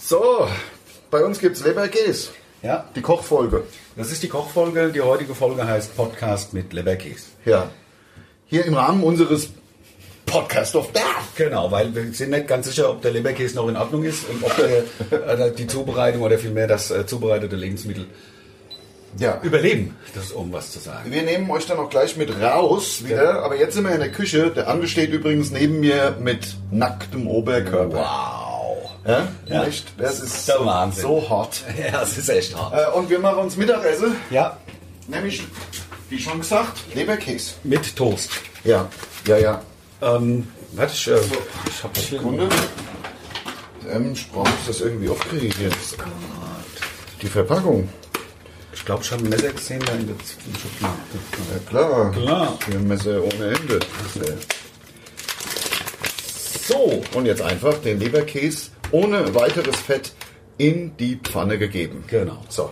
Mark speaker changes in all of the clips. Speaker 1: So, bei uns gibt's Leberkäse.
Speaker 2: Ja,
Speaker 1: Die Kochfolge.
Speaker 2: das ist die Kochfolge. Die heutige Folge heißt Podcast mit Leberkäse.
Speaker 1: Ja. Hier im Rahmen unseres Podcast of Death.
Speaker 2: Genau, weil wir sind nicht ganz sicher, ob der Leberkäse noch in Ordnung ist und ob der, äh, die Zubereitung oder vielmehr das äh, zubereitete Lebensmittel
Speaker 1: Ja.
Speaker 2: überleben. Das ist um was zu sagen.
Speaker 1: Wir nehmen euch dann auch gleich mit raus wieder, aber jetzt sind wir in der Küche. Der Andi steht übrigens neben mir mit nacktem Oberkörper.
Speaker 2: Wow.
Speaker 1: Ja?
Speaker 2: Ja.
Speaker 1: Echt? Das ist
Speaker 2: Der
Speaker 1: so,
Speaker 2: Wahnsinn.
Speaker 1: so hot.
Speaker 2: Ja, das ist echt hart.
Speaker 1: Äh, und wir machen uns Mittagessen,
Speaker 2: Ja,
Speaker 1: nämlich, wie schon gesagt, Leberkäse.
Speaker 2: mit Toast.
Speaker 1: Ja, ja, ja.
Speaker 2: Ähm, warte, ich, äh, ich hab hier
Speaker 1: Kunde. Ähm, ich brauche das irgendwie aufkriegen jetzt. Die Verpackung.
Speaker 2: Ich glaube, ich habe ein Messer gesehen da in der Schublade.
Speaker 1: Ja klar.
Speaker 2: Klar.
Speaker 1: Hier ein Messer ohne Ende.
Speaker 2: So,
Speaker 1: Und jetzt einfach den Leberkäse ohne weiteres Fett in die Pfanne gegeben.
Speaker 2: genau.
Speaker 1: So.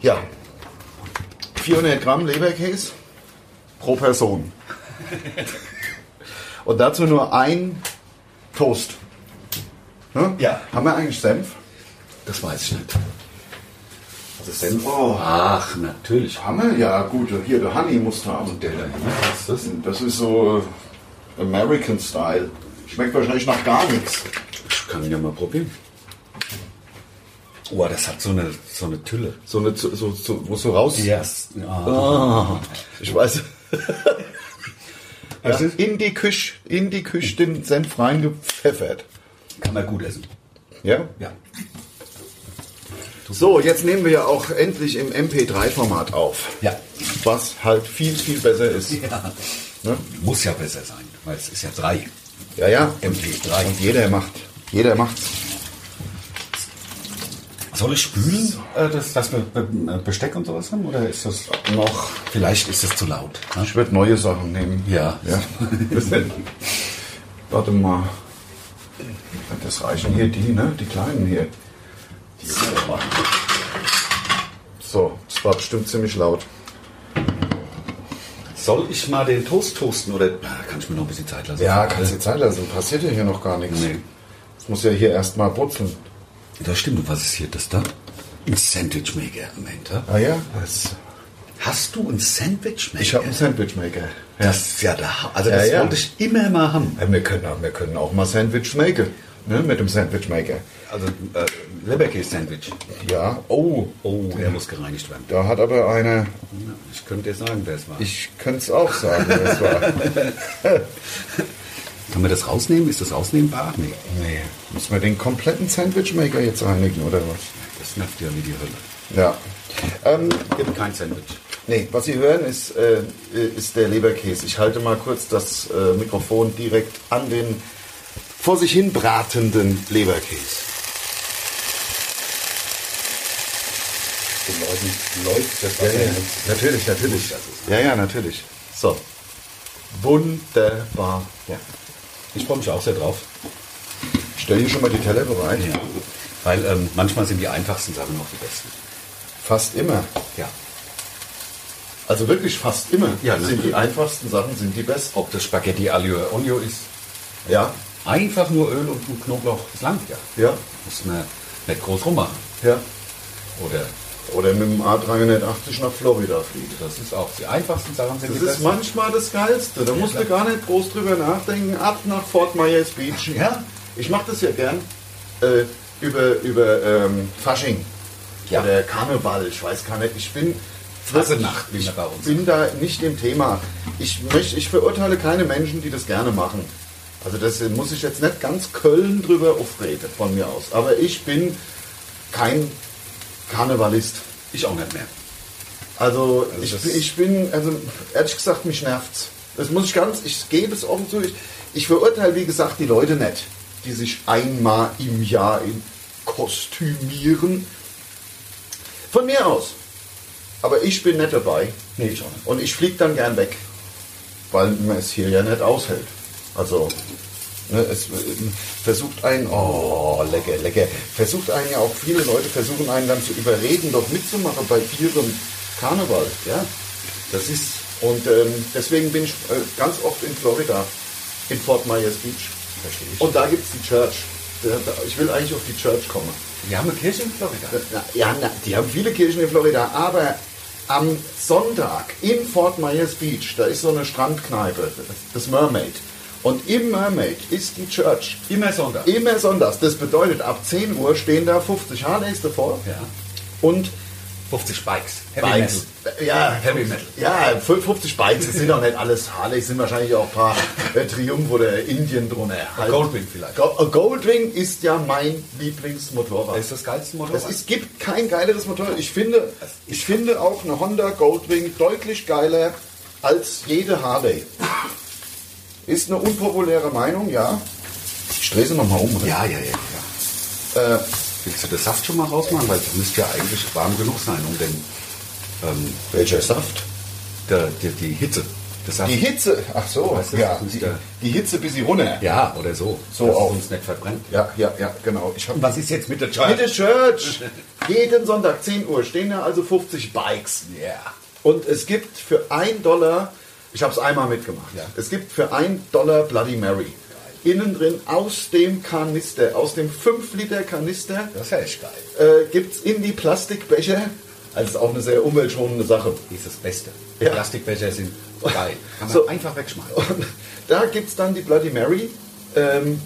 Speaker 1: Ja. 400 Gramm Leberkäse pro Person. Und dazu nur ein Toast. Ne?
Speaker 2: Ja.
Speaker 1: Haben wir eigentlich Senf?
Speaker 2: Das weiß ich nicht. Also Senf.
Speaker 1: Oh.
Speaker 2: Ach, natürlich.
Speaker 1: Haben wir? Ja, gut. Hier, der Honey Mustard.
Speaker 2: Und der da, ne? Was ist das?
Speaker 1: Das ist so äh, American Style. Schmeckt wahrscheinlich nach gar nichts.
Speaker 2: Ich kann ihn ja mal probieren. Oh, das hat so eine, so eine Tülle.
Speaker 1: So eine, so, so, so, wo es so raus.
Speaker 2: Yes.
Speaker 1: Ah, ich weiß. ja, in die Küche, in die Küche den Senf reingepfeffert.
Speaker 2: Kann man gut essen.
Speaker 1: Ja?
Speaker 2: Ja.
Speaker 1: So, jetzt nehmen wir ja auch endlich im MP3-Format auf.
Speaker 2: Ja.
Speaker 1: Was halt viel, viel besser ist.
Speaker 2: ja.
Speaker 1: Ne?
Speaker 2: Muss ja besser sein, weil es ist ja drei.
Speaker 1: Ja, ja.
Speaker 2: MP3.
Speaker 1: Und jeder macht. Jeder macht's.
Speaker 2: Soll ich spülen, äh, dass, dass wir Be- Be- Besteck und sowas haben? Oder ist das noch. Vielleicht ist es zu laut. Ne?
Speaker 1: Ich werde neue Sachen nehmen.
Speaker 2: Ja.
Speaker 1: ja. Warte mal. Das reichen hier die, ne? Die kleinen hier. So, das war bestimmt ziemlich laut.
Speaker 2: Soll ich mal den Toast toasten? Oder Ah, kann ich mir noch ein bisschen Zeit lassen?
Speaker 1: Ja, kannst du Zeit lassen. Passiert ja hier noch gar nichts.
Speaker 2: Nee.
Speaker 1: Das muss ja hier erstmal brutzeln.
Speaker 2: Das stimmt. Und was ist hier das da? Ein Sandwich Maker am Ende.
Speaker 1: Ah ja? Das,
Speaker 2: Hast du einen Sandwich Maker?
Speaker 1: ich habe einen Sandwichmaker.
Speaker 2: Das ist ja da. Also das
Speaker 1: Ja, ja.
Speaker 2: wollte ich immer mal haben.
Speaker 1: Ja, Äh, wir, können, auch- wir können auch mal Sandwich machen. Ne? Mit dem Sandwichmaker.
Speaker 2: Also äh, Leberkäse-Sandwich.
Speaker 1: Ja. Oh.
Speaker 2: Oh, der muss gereinigt werden.
Speaker 1: Da hat aber einer.
Speaker 2: Ich könnte dir sagen, wer es war.
Speaker 1: Ich könnte es auch sagen, wer es war.
Speaker 2: Kann man das rausnehmen? Ist das rausnehmbar? Nee.
Speaker 1: Nee. Müssen wir den kompletten Sandwichmaker jetzt reinigen, oder was?
Speaker 2: Das nervt ja wie die Hölle.
Speaker 1: Ja. Ähm,
Speaker 2: Gibt kein Sandwich.
Speaker 1: nee, was Sie hören, ist, äh, ist der Leberkäse. Ich halte mal kurz das äh, Mikrofon direkt an den vor sich hin bratenden Leberkäse.
Speaker 2: Den Leuten läuft das
Speaker 1: Ja, ja. Natürlich, natürlich. Ja, ja, natürlich. So. Wunderbar.
Speaker 2: Ja. Ich freue mich auch sehr drauf.
Speaker 1: Stell dir schon mal die Teller bereit.
Speaker 2: Ja. Weil ähm, manchmal sind die einfachsten Sachen auch die besten.
Speaker 1: Fast immer.
Speaker 2: Ja.
Speaker 1: Also wirklich fast immer.
Speaker 2: Ja,
Speaker 1: sind die
Speaker 2: natürlich.
Speaker 1: einfachsten Sachen sind die besten.
Speaker 2: Ob das Spaghetti Aglio e Olio ist,
Speaker 1: Ja.
Speaker 2: einfach nur Öl und ein Knoblauch, das langt ja.
Speaker 1: Ja.
Speaker 2: Muss man nicht groß rummachen.
Speaker 1: Ja.
Speaker 2: Oder
Speaker 1: Oder mit dem A380 nach Florida fliegen.
Speaker 2: das ist auch die einfachsten Sachen sind
Speaker 1: Das
Speaker 2: die
Speaker 1: ist
Speaker 2: besten.
Speaker 1: manchmal das Geilste. Da musst
Speaker 2: klar.
Speaker 1: du gar nicht groß drüber nachdenken. Ab nach Fort Myers Beach.
Speaker 2: Ja.
Speaker 1: Ich mache das ja gern äh, über, über ähm, Fasching
Speaker 2: Ja.
Speaker 1: oder Karneval. Ich weiß gar nicht. Ich bin
Speaker 2: Fasenacht, wie
Speaker 1: ich
Speaker 2: man bei uns
Speaker 1: bin da nicht im Thema. Ich, möcht, ich verurteile keine Menschen, die das gerne machen. Also das muss ich jetzt nicht ganz Köln drüber aufreden von mir aus. Aber ich bin kein Karnevalist.
Speaker 2: Ich auch nicht mehr.
Speaker 1: Also, ich,
Speaker 2: das-
Speaker 1: bin- ich bin, also ehrlich gesagt, mich nervt's. Das muss ich ganz, ich gebe es offen zu. Ich, ich verurteile, wie gesagt, die Leute nicht, die sich einmal im Jahr in kostümieren. Von mir aus. Aber ich bin nicht dabei.
Speaker 2: Nee, ich auch nicht.
Speaker 1: Und ich fliege dann gern weg. Weil man es hier ja nicht aushält. Also, ne, es äh, versucht einen, oh, lecker, lecker. Versucht einen ja auch, viele Leute versuchen einen dann zu überreden, doch mitzumachen bei ihrem Karneval. Ja?
Speaker 2: Das ist
Speaker 1: Und ähm, deswegen bin ich äh, ganz oft in Florida, in Fort Myers Beach.
Speaker 2: Verstehe ich.
Speaker 1: Und da gibt es die Church. da- da- ich will eigentlich auf die Church kommen.
Speaker 2: Wir haben eine Kirche in Florida.
Speaker 1: Na, ja, na, die haben viele Kirchen in Florida, aber am Sonntag in Fort Myers Beach, da ist so eine Strandkneipe, das Mermaid. Und im Mermaid ist die Church.
Speaker 2: Immer Sonntag.
Speaker 1: Immer sonntags. Das bedeutet, ab 10 Uhr stehen da 50 Harleys davor.
Speaker 2: Ja.
Speaker 1: Und
Speaker 2: 50 Spikes.
Speaker 1: Bikes. Ja,
Speaker 2: Heavy Metal.
Speaker 1: Ja, 50 Bikes. Es sind doch nicht alles Harleys, sind wahrscheinlich auch ein paar äh, Triumph oder Indien drunter.
Speaker 2: Goldwing vielleicht.
Speaker 1: Go äh, Goldwing ist ja mein Lieblingsmotorrad.
Speaker 2: Das ist das geilste Motorrad.
Speaker 1: Es ist, gibt kein geileres Motorrad. Ich finde, ich finde auch eine Honda Goldwing deutlich geiler als jede Harley. Ist eine unpopuläre Meinung, ja. Ich drehe sie nochmal um.
Speaker 2: ja, ja, ja, ja.
Speaker 1: Äh,
Speaker 2: Willst du das Saft schon mal rausmachen? Weil das müsste ja eigentlich warm genug sein, um den,
Speaker 1: welcher Saft?
Speaker 2: der, die, die Hitze. des Safts-
Speaker 1: Die Hitze, ach so,
Speaker 2: Weißt du,
Speaker 1: ja,
Speaker 2: das ist
Speaker 1: die,
Speaker 2: der-
Speaker 1: die Hitze bis sie runter.
Speaker 2: Ja, oder so.
Speaker 1: So
Speaker 2: dass es
Speaker 1: auch.
Speaker 2: uns nicht verbrennt.
Speaker 1: ja, ja, ja, genau. Ich hab,
Speaker 2: Was ist jetzt mit der
Speaker 1: Mit der Church! Jeden Sonntag 10 Uhr stehen da also 50 Bikes.
Speaker 2: Ja.
Speaker 1: Und es gibt für 1 Dollar, ich habe es einmal mitgemacht,
Speaker 2: Ja.
Speaker 1: es gibt für 1 Dollar Bloody Mary. Innen drin aus dem Kanister, aus dem 5 Liter Kanister,
Speaker 2: Das ist ja echt geil.
Speaker 1: äh, gibt es in die Plastikbecher. Also ist auch eine sehr umweltschonende Sache.
Speaker 2: Die ist das Beste.
Speaker 1: Ja.
Speaker 2: Plastikbecher sind geil. Kann man
Speaker 1: So.
Speaker 2: einfach wegschmeißen.
Speaker 1: Und da gibt es dann die Bloody Mary. Ähm,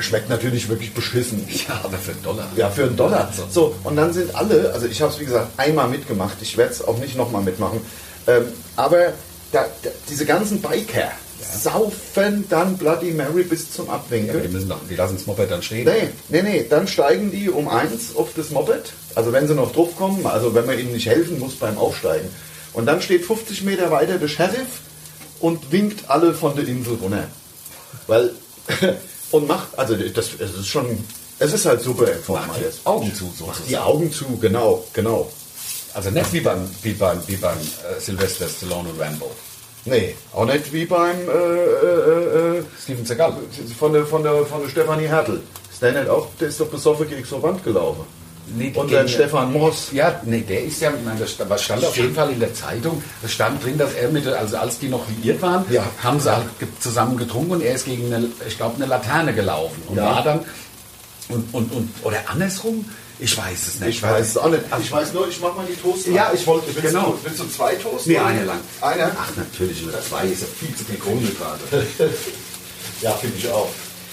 Speaker 1: schmeckt natürlich wirklich beschissen.
Speaker 2: Ja, aber für einen Dollar.
Speaker 1: Ja, für einen Dollar.
Speaker 2: Also.
Speaker 1: So, und dann sind alle, also ich habe es wie gesagt einmal mitgemacht, ich werde es auch nicht nochmal mitmachen, ähm, aber da, da, diese ganzen Biker saufen dann Bloody Mary bis zum
Speaker 2: Aber die,
Speaker 1: Abwinken.
Speaker 2: müssen doch, die lassen das Moped dann stehen.
Speaker 1: Nee, nee, nee, dann steigen die um eins auf das Moped, also wenn sie noch drauf kommen, also wenn man ihnen nicht helfen muss beim Aufsteigen. Und dann steht 50 Meter weiter der Sheriff und winkt alle von der Insel runter. Weil, und macht, also das, es ist schon, es ist halt super
Speaker 2: Mach die
Speaker 1: informiert.
Speaker 2: Augen zu, sozusagen.
Speaker 1: Die Augen zu, genau, genau.
Speaker 2: Also nicht wie beim, wie beim, wie beim äh, Sylvester Stallone und Rambo.
Speaker 1: Nee, auch nicht wie beim äh, äh, äh,
Speaker 2: Steven Seagal.
Speaker 1: von der von der von der Stefanie Hertel. Ist der nicht auch, der ist doch besoffen gegen zur Wand gelaufen.
Speaker 2: Nee,
Speaker 1: Und
Speaker 2: gegen-
Speaker 1: dann Stefan Moss.
Speaker 2: äh, Ja, nee, der ist ja, nein, das stand, was stand auf jeden Fall in der Zeitung, es stand drin, dass er mit, der- also als die noch liiert waren,
Speaker 1: Ja.
Speaker 2: haben sie halt ge- zusammen getrunken und er ist gegen eine, ich glaube, eine Laterne gelaufen und
Speaker 1: Ja.
Speaker 2: war dann, und, und, und, oder andersrum, ich weiß es nicht.
Speaker 1: Ich weiß es auch nicht. Ich weiß nur, ich mach mal die Toast.
Speaker 2: Ja, ich wollte- genau.
Speaker 1: Du, willst du zwei Toast?
Speaker 2: Nee,
Speaker 1: machen?
Speaker 2: eine lang.
Speaker 1: Eine?
Speaker 2: Ach, natürlich, oder zwei ist ja viel zu viel Kohlenhydrate.
Speaker 1: Ja, finde ich auch.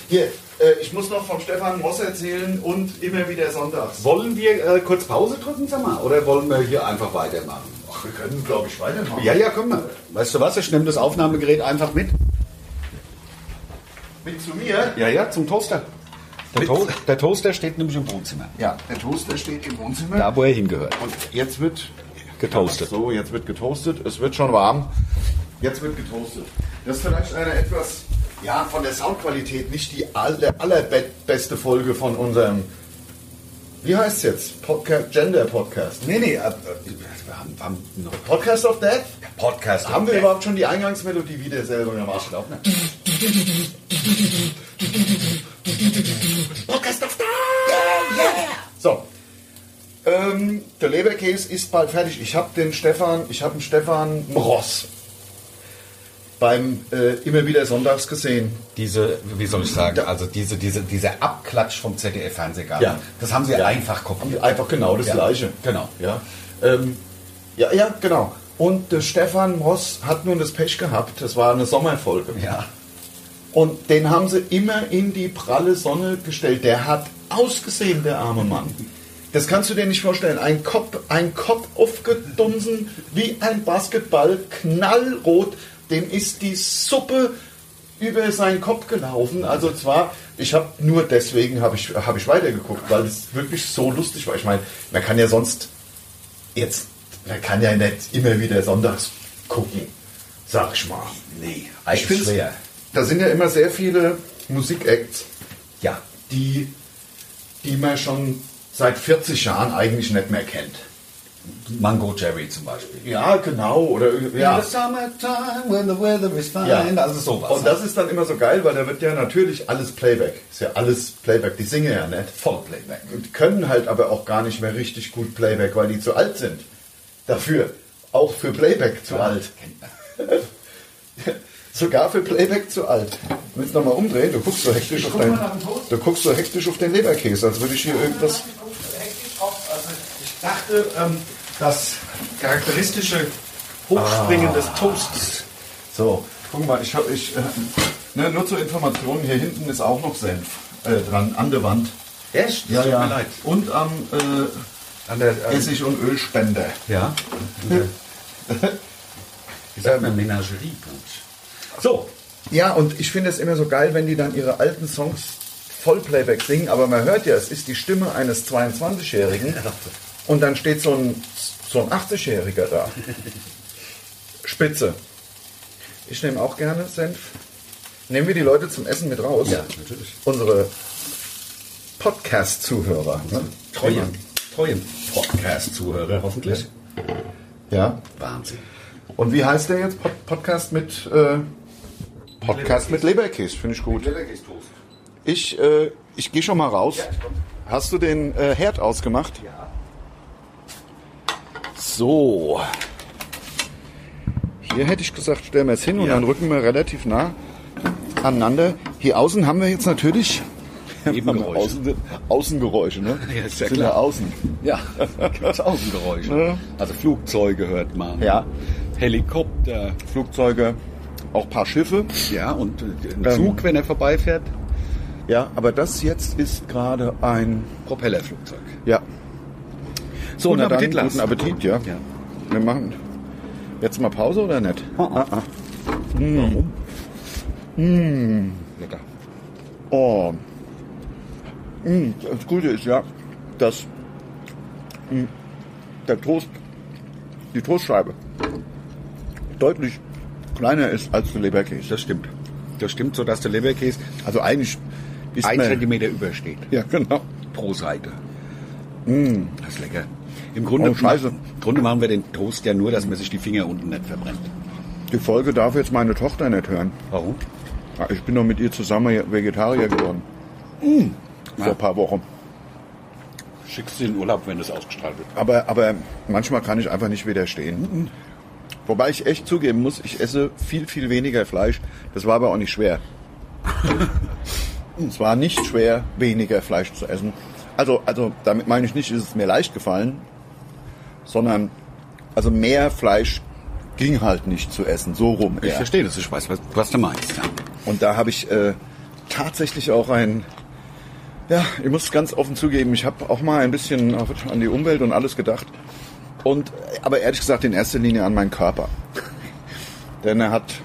Speaker 1: Hier, äh, ich muss noch von Stefan Moss erzählen und immer wieder sonntags.
Speaker 2: wollen wir äh, kurz Pause drücken, sag mal, oder wollen wir hier einfach weitermachen?
Speaker 1: Ach, wir können, glaube ich, weitermachen.
Speaker 2: Ja, ja, komm mal. Weißt du was, ich nehme das Aufnahmegerät einfach mit.
Speaker 1: Mit zu mir?
Speaker 2: Ja, ja, zum Toaster. Der, To- der Toaster steht nämlich im Wohnzimmer.
Speaker 1: Ja, der Toaster steht im Wohnzimmer.
Speaker 2: Da, wo er hingehört.
Speaker 1: Und jetzt wird
Speaker 2: Getoastet.
Speaker 1: So, jetzt wird getoastet. Es wird schon warm. Jetzt wird getoastet. Das ist vielleicht eine etwas, ja, von der Soundqualität nicht die aller, allerbeste Folge von unserem, wie heißt es jetzt? Podca Gender Podcast.
Speaker 2: Nee, nee, äh, äh, wir haben, wir haben noch
Speaker 1: Podcast of Death?
Speaker 2: Podcast.
Speaker 1: Haben wir überhaupt schon die Eingangsmelodie wieder selber gemacht?
Speaker 2: glaub nicht.
Speaker 1: Podcast of Death! Yeah, yeah. So. Ähm, der Leberkäse ist bald fertig. Ich habe den Stefan, ich habe den Stefan Ross beim äh, immer wieder sonntags gesehen.
Speaker 2: Diese, wie soll ich sagen, also diese, diese, dieser Abklatsch vom ZDF-Fernsehgarten,
Speaker 1: Ja.
Speaker 2: das haben sie
Speaker 1: Ja.
Speaker 2: einfach kopiert.
Speaker 1: Einfach genau das
Speaker 2: Ja,
Speaker 1: Gleiche.
Speaker 2: Genau.
Speaker 1: Ja. Ähm, ja, ja, genau. Und der Stefan Ross hat nun das Pech gehabt, das war eine Sommerfolge.
Speaker 2: Ja.
Speaker 1: Und den haben sie immer in die pralle Sonne gestellt. Der hat ausgesehen, der arme Mann. Das kannst du dir nicht vorstellen. Ein Kopf, ein Kopf aufgedunsen wie ein Basketball, knallrot. Dem ist die Suppe über seinen Kopf gelaufen. Also zwar, ich habe nur deswegen habe ich, hab ich weitergeguckt, weil es wirklich so lustig war. Ich meine, man kann ja sonst jetzt, man kann ja nicht immer wieder sonntags gucken, sag ich mal.
Speaker 2: Nee,
Speaker 1: Ich
Speaker 2: eigentlich
Speaker 1: find's-
Speaker 2: schwer.
Speaker 1: Da sind ja immer sehr viele Musikacts,
Speaker 2: Ja.
Speaker 1: die, die man schon seit 40 Jahren eigentlich nicht mehr kennt.
Speaker 2: Mango Jerry zum Beispiel.
Speaker 1: Ja, genau. Oder ja.
Speaker 2: In the summertime when the weather is fine.
Speaker 1: Ja.
Speaker 2: Also sowas.
Speaker 1: Und das ist dann immer so geil, weil da wird ja natürlich alles Playback. Ist ja alles Playback. Die singen ja nicht.
Speaker 2: voll Playback.
Speaker 1: Und können halt aber auch gar nicht mehr richtig gut Playback, weil die zu alt sind. Dafür. Auch für Playback zu alt. Sogar für Playback zu alt. Willst du nochmal umdrehen? Du guckst so hektisch auf deinen, du guckst so hektisch auf den Leberkäse, als würde ich hier irgendwas.
Speaker 3: Also ich dachte, ähm, das charakteristische Hochspringen des Toasts.
Speaker 1: So, guck mal, ich, hab- ich äh, ne, nur zur Information, hier hinten ist auch noch Senf äh, dran, an der Wand.
Speaker 2: Echt?
Speaker 1: Ja,
Speaker 2: tut
Speaker 1: ja.
Speaker 2: mir leid.
Speaker 1: Und am äh,
Speaker 2: An der, an,
Speaker 1: Essig- und Ölspender.
Speaker 2: ja. Wie sagt man Menagerie? So,
Speaker 1: Ja, und ich finde es immer so geil, wenn die dann ihre alten Songs Vollplayback singen, aber man hört ja, es ist die Stimme eines 22-Jährigen und dann steht so ein, so ein 80-Jähriger da. Spitze. Ich nehme auch gerne Senf. Nehmen wir die Leute zum Essen mit raus?
Speaker 2: Ja, natürlich.
Speaker 1: Unsere Podcast-Zuhörer. Ne?
Speaker 2: treue, treue Podcast-Zuhörer hoffentlich.
Speaker 1: Ja.
Speaker 2: Wahnsinn.
Speaker 1: Und wie heißt der jetzt? Pod Podcast mit äh, Podcast mit Leberkäse, finde ich gut.
Speaker 2: Leberkäse-Toast.
Speaker 1: Ich, äh, ich gehe schon mal raus. Hast du den äh, Herd ausgemacht? Ja. So. Hier hätte ich gesagt, stellen wir es hin und
Speaker 2: Ja.
Speaker 1: dann rücken wir relativ nah aneinander. Hier außen haben wir jetzt natürlich eben
Speaker 2: Geräusche.
Speaker 1: Außen, Außengeräusche, ne?
Speaker 2: Ja, ist ja
Speaker 1: Sind
Speaker 2: klar.
Speaker 1: da außen.
Speaker 2: Ja, gibt's Außengeräusche.
Speaker 1: Ja.
Speaker 2: Also Flugzeuge hört man.
Speaker 1: Ja.
Speaker 2: Helikopter.
Speaker 1: Flugzeuge, auch ein paar Schiffe.
Speaker 2: Ja, und äh, ein
Speaker 1: Ähm.
Speaker 2: Zug, wenn er vorbeifährt,
Speaker 1: Ja, aber das jetzt ist gerade ein.
Speaker 2: Propellerflugzeug.
Speaker 1: Ja.
Speaker 2: So,
Speaker 1: Na dann,
Speaker 2: Lars.
Speaker 1: Guten Appetit, ja.
Speaker 2: Ja.
Speaker 1: Wir machen jetzt mal Pause oder nicht?
Speaker 2: Ah, Warum? Hm. Lecker.
Speaker 1: Oh. Mm, Das Gute ist ja, dass mm, der Toast, die Toastscheibe deutlich kleiner ist als der Leberkäse.
Speaker 2: Das stimmt. Das stimmt, sodass der Leberkäse
Speaker 1: Also eigentlich ist
Speaker 2: ein
Speaker 1: man-
Speaker 2: Zentimeter übersteht.
Speaker 1: Ja, genau.
Speaker 2: Pro Seite. Das ist lecker. Im Grunde,
Speaker 1: Mm. Oh, scheiße.
Speaker 2: Im Grunde machen wir den Toast ja nur, dass man sich die Finger unten nicht verbrennt.
Speaker 1: Die Folge darf jetzt meine Tochter nicht hören.
Speaker 2: Warum?
Speaker 1: Ah, Ich bin doch mit ihr zusammen Vegetarier geworden. Mm. Vor ein paar Wochen.
Speaker 2: Schickst du in den Urlaub, wenn das ausgestrahlt wird.
Speaker 1: Aber, aber manchmal kann ich einfach nicht widerstehen. Wobei ich echt zugeben muss, ich esse viel, viel weniger Fleisch. Das war aber auch nicht schwer. es war nicht schwer, weniger Fleisch zu essen. Also, also damit meine ich nicht, ist es mir leicht gefallen, sondern also mehr Fleisch ging halt nicht zu essen. So rum.
Speaker 2: Ich
Speaker 1: eher.
Speaker 2: verstehe das, ich weiß, was, was du meinst. Ja.
Speaker 1: Und da habe ich äh, tatsächlich auch ein, ja, ich muss ganz offen zugeben, ich habe auch mal ein bisschen auf- an die Umwelt und alles gedacht. Und, äh, aber ehrlich gesagt in erster Linie an meinen Körper. Denn er hat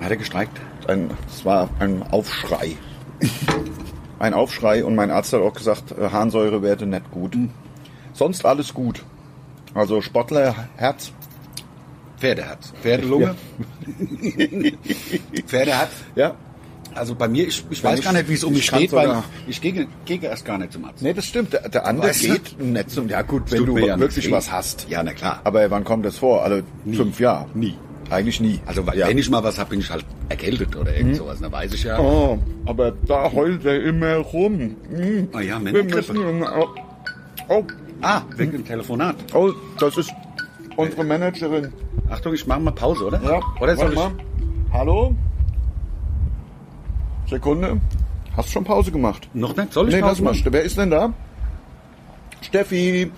Speaker 2: Hat er gestreikt?
Speaker 1: ein, es war ein Aufschrei. Ein Aufschrei und mein Arzt hat auch gesagt, äh, Harnsäurewerte nicht gut.
Speaker 2: Mhm.
Speaker 1: Sonst alles gut. Also Sportler, Herz,
Speaker 2: Pferdeherz. Pferdelunge. Pferdeherz.
Speaker 1: ja.
Speaker 2: Also bei mir, ich, ich
Speaker 1: Wenn
Speaker 2: weiß
Speaker 1: ich-
Speaker 2: gar nicht, wie es um
Speaker 1: ich
Speaker 2: mich
Speaker 1: kann
Speaker 2: steht, weil
Speaker 1: sogar-
Speaker 2: ich gehe, gehe erst gar nicht zum Arzt.
Speaker 1: Nee, das stimmt. Der, der andere
Speaker 2: Weißt du?
Speaker 1: geht nicht zum, ja gut,
Speaker 2: Tut
Speaker 1: wenn du
Speaker 2: mir ja
Speaker 1: wirklich
Speaker 2: nichts weh.
Speaker 1: was hast.
Speaker 2: Ja, na klar.
Speaker 1: Aber wann kommt das vor? Alle fünf Jahre?
Speaker 2: Nie.
Speaker 1: Eigentlich nie.
Speaker 2: Also weil,
Speaker 1: ja. Hm.
Speaker 2: wenn ich mal was habe, bin ich halt erkältet oder irgend sowas. Da weiß ich ja.
Speaker 1: Oh, aber da heult er immer rum. Hm.
Speaker 2: Ah ja,
Speaker 1: Wir
Speaker 2: Männergrippe.
Speaker 1: müssen, oh, oh,
Speaker 2: Ah, wegen dem Telefonat.
Speaker 1: oh, das ist unsere Managerin.
Speaker 2: Achtung, ich mache mal Pause, oder? Oder soll
Speaker 1: warte
Speaker 2: ich?
Speaker 1: mal. Hallo? Sekunde. Hast schon Pause gemacht?
Speaker 2: Noch nicht? Soll ich
Speaker 1: nee, lass
Speaker 2: Pause
Speaker 1: mal.
Speaker 2: machen?
Speaker 1: Wer ist denn da? Steffi,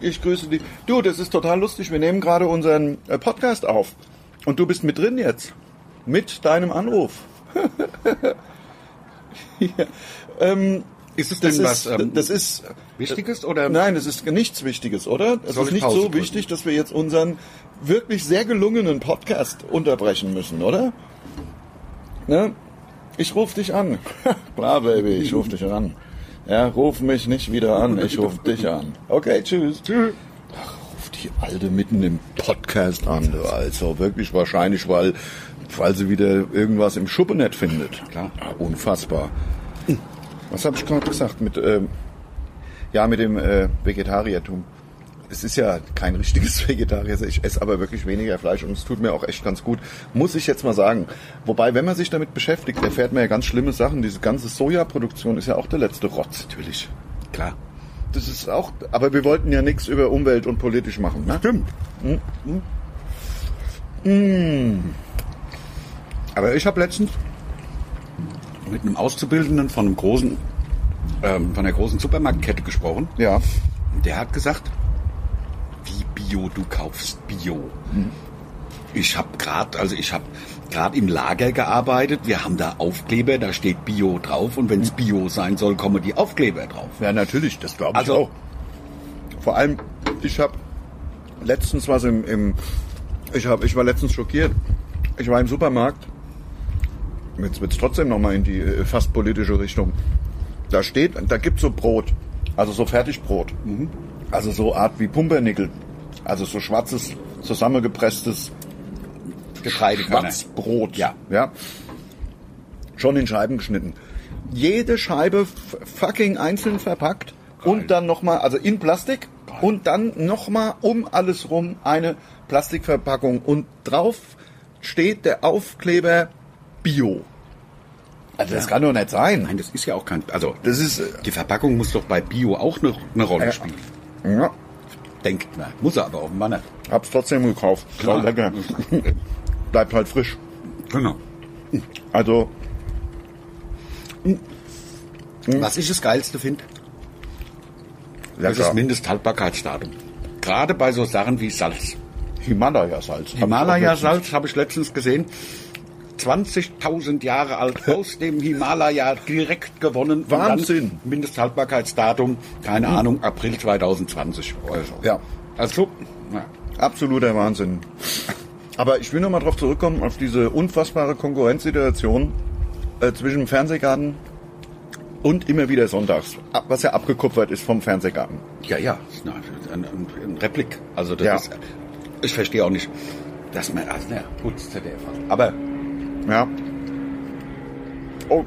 Speaker 1: ich grüße dich. Du, das ist total lustig. Wir nehmen gerade unseren äh, Podcast auf. Und du bist mit drin jetzt. Mit deinem Anruf.
Speaker 2: Ist es denn was
Speaker 1: ist,
Speaker 2: ähm,
Speaker 1: das ist
Speaker 2: Wichtiges oder?
Speaker 1: Nein, das ist nichts Wichtiges, oder? Es
Speaker 2: Soll
Speaker 1: ist
Speaker 2: ich
Speaker 1: nicht
Speaker 2: Pause
Speaker 1: so
Speaker 2: drücken?
Speaker 1: wichtig, dass wir jetzt unseren wirklich sehr gelungenen Podcast unterbrechen müssen, oder? Ne? Ich ruf dich an. Klar, Baby, ich ruf dich an. Ja, ruf mich nicht wieder an, ich ruf dich an. Okay, tschüss. Tschüss. Ruf die Alte mitten im Podcast an, du. also wirklich wahrscheinlich, weil, weil sie wieder irgendwas im Schuppenet findet.
Speaker 2: Klar.
Speaker 1: Ah, Unfassbar. Was habe ich gerade gesagt mit, ähm, ja, mit dem äh, Vegetariertum? Es ist ja kein richtiges Vegetarier, ich esse aber wirklich weniger Fleisch und es tut mir auch echt ganz gut, muss ich jetzt mal sagen. Wobei, wenn man sich damit beschäftigt, erfährt man ja ganz schlimme Sachen. Diese ganze Sojaproduktion ist ja auch der letzte Rotz.
Speaker 2: Natürlich. Klar.
Speaker 1: Das ist auch, aber wir wollten ja nichts über Umwelt und politisch Hm? machen, ne?
Speaker 2: Stimmt. Aber ich habe letztens mit einem Auszubildenden von einem großen, ähm, von der großen Supermarktkette gesprochen.
Speaker 3: Ja.
Speaker 2: Und Der hat gesagt, wie Bio, du kaufst Bio.
Speaker 1: Hm.
Speaker 2: Ich habe gerade, also ich habe gerade im Lager gearbeitet. Wir haben da Aufkleber, da steht Bio drauf und wenn
Speaker 1: Hm.
Speaker 2: es Bio sein soll, kommen die Aufkleber drauf.
Speaker 1: Ja, natürlich, das glaube ich
Speaker 2: Also-
Speaker 1: auch. Vor allem, ich habe letztens was im, im ich, hab, ich war letztens schockiert. Ich war im Supermarkt. Jetzt wird's trotzdem nochmal in die äh, fast politische Richtung. Da steht, da gibt's so Brot, also so Fertigbrot. Also so Art wie Pumpernickel. Also so schwarzes, zusammengepresstes
Speaker 2: Getreidekörner.
Speaker 1: Schwarzbrot.
Speaker 2: Ja.
Speaker 1: ja. Schon in Scheiben geschnitten. Jede Scheibe f- fucking einzeln verpackt und dann nochmal, also in Plastik und dann nochmal um alles rum eine Plastikverpackung und drauf steht der Aufkleber Bio. Also das kann doch nicht sein.
Speaker 2: Nein, das ist ja auch kein, also
Speaker 1: Das ist, äh,
Speaker 2: die Verpackung muss doch bei Bio auch eine, eine Rolle
Speaker 1: Ja.
Speaker 2: spielen.
Speaker 1: ja,
Speaker 2: Denkt man, muss er aber offenbar nicht.
Speaker 1: hab's trotzdem gekauft.
Speaker 2: Klar.
Speaker 1: War lecker. Bleibt halt frisch.
Speaker 2: Genau.
Speaker 1: Also,
Speaker 2: Was ich das Geilste finde, das ist
Speaker 1: lecker.
Speaker 2: das Mindesthaltbarkeitsdatum. Gerade bei so Sachen wie Salz.
Speaker 1: Himalaya-Salz.
Speaker 2: Himalaya-Salz habe ich letztens gesehen. 20.000 Jahre alt aus dem Himalaya direkt gewonnen. Und dann
Speaker 1: Wahnsinn. Mhm.
Speaker 2: Mindesthaltbarkeitsdatum, keine Ahnung, April 2020. oder so.
Speaker 1: Ja.
Speaker 2: Also, ja.
Speaker 1: Absoluter Wahnsinn. Aber ich will nochmal drauf zurückkommen, auf diese unfassbare Konkurrenzsituation äh, zwischen dem Fernsehgarten und immer wieder sonntags, ab- was ja abgekupfert ist vom Fernsehgarten.
Speaker 2: Ja, ja, na, ein, ein, ein Replik. Also das
Speaker 1: Ja.
Speaker 2: ist, ich verstehe auch nicht, dass man, also, na, gut, das ZDF. Aber
Speaker 1: Ja. Oh,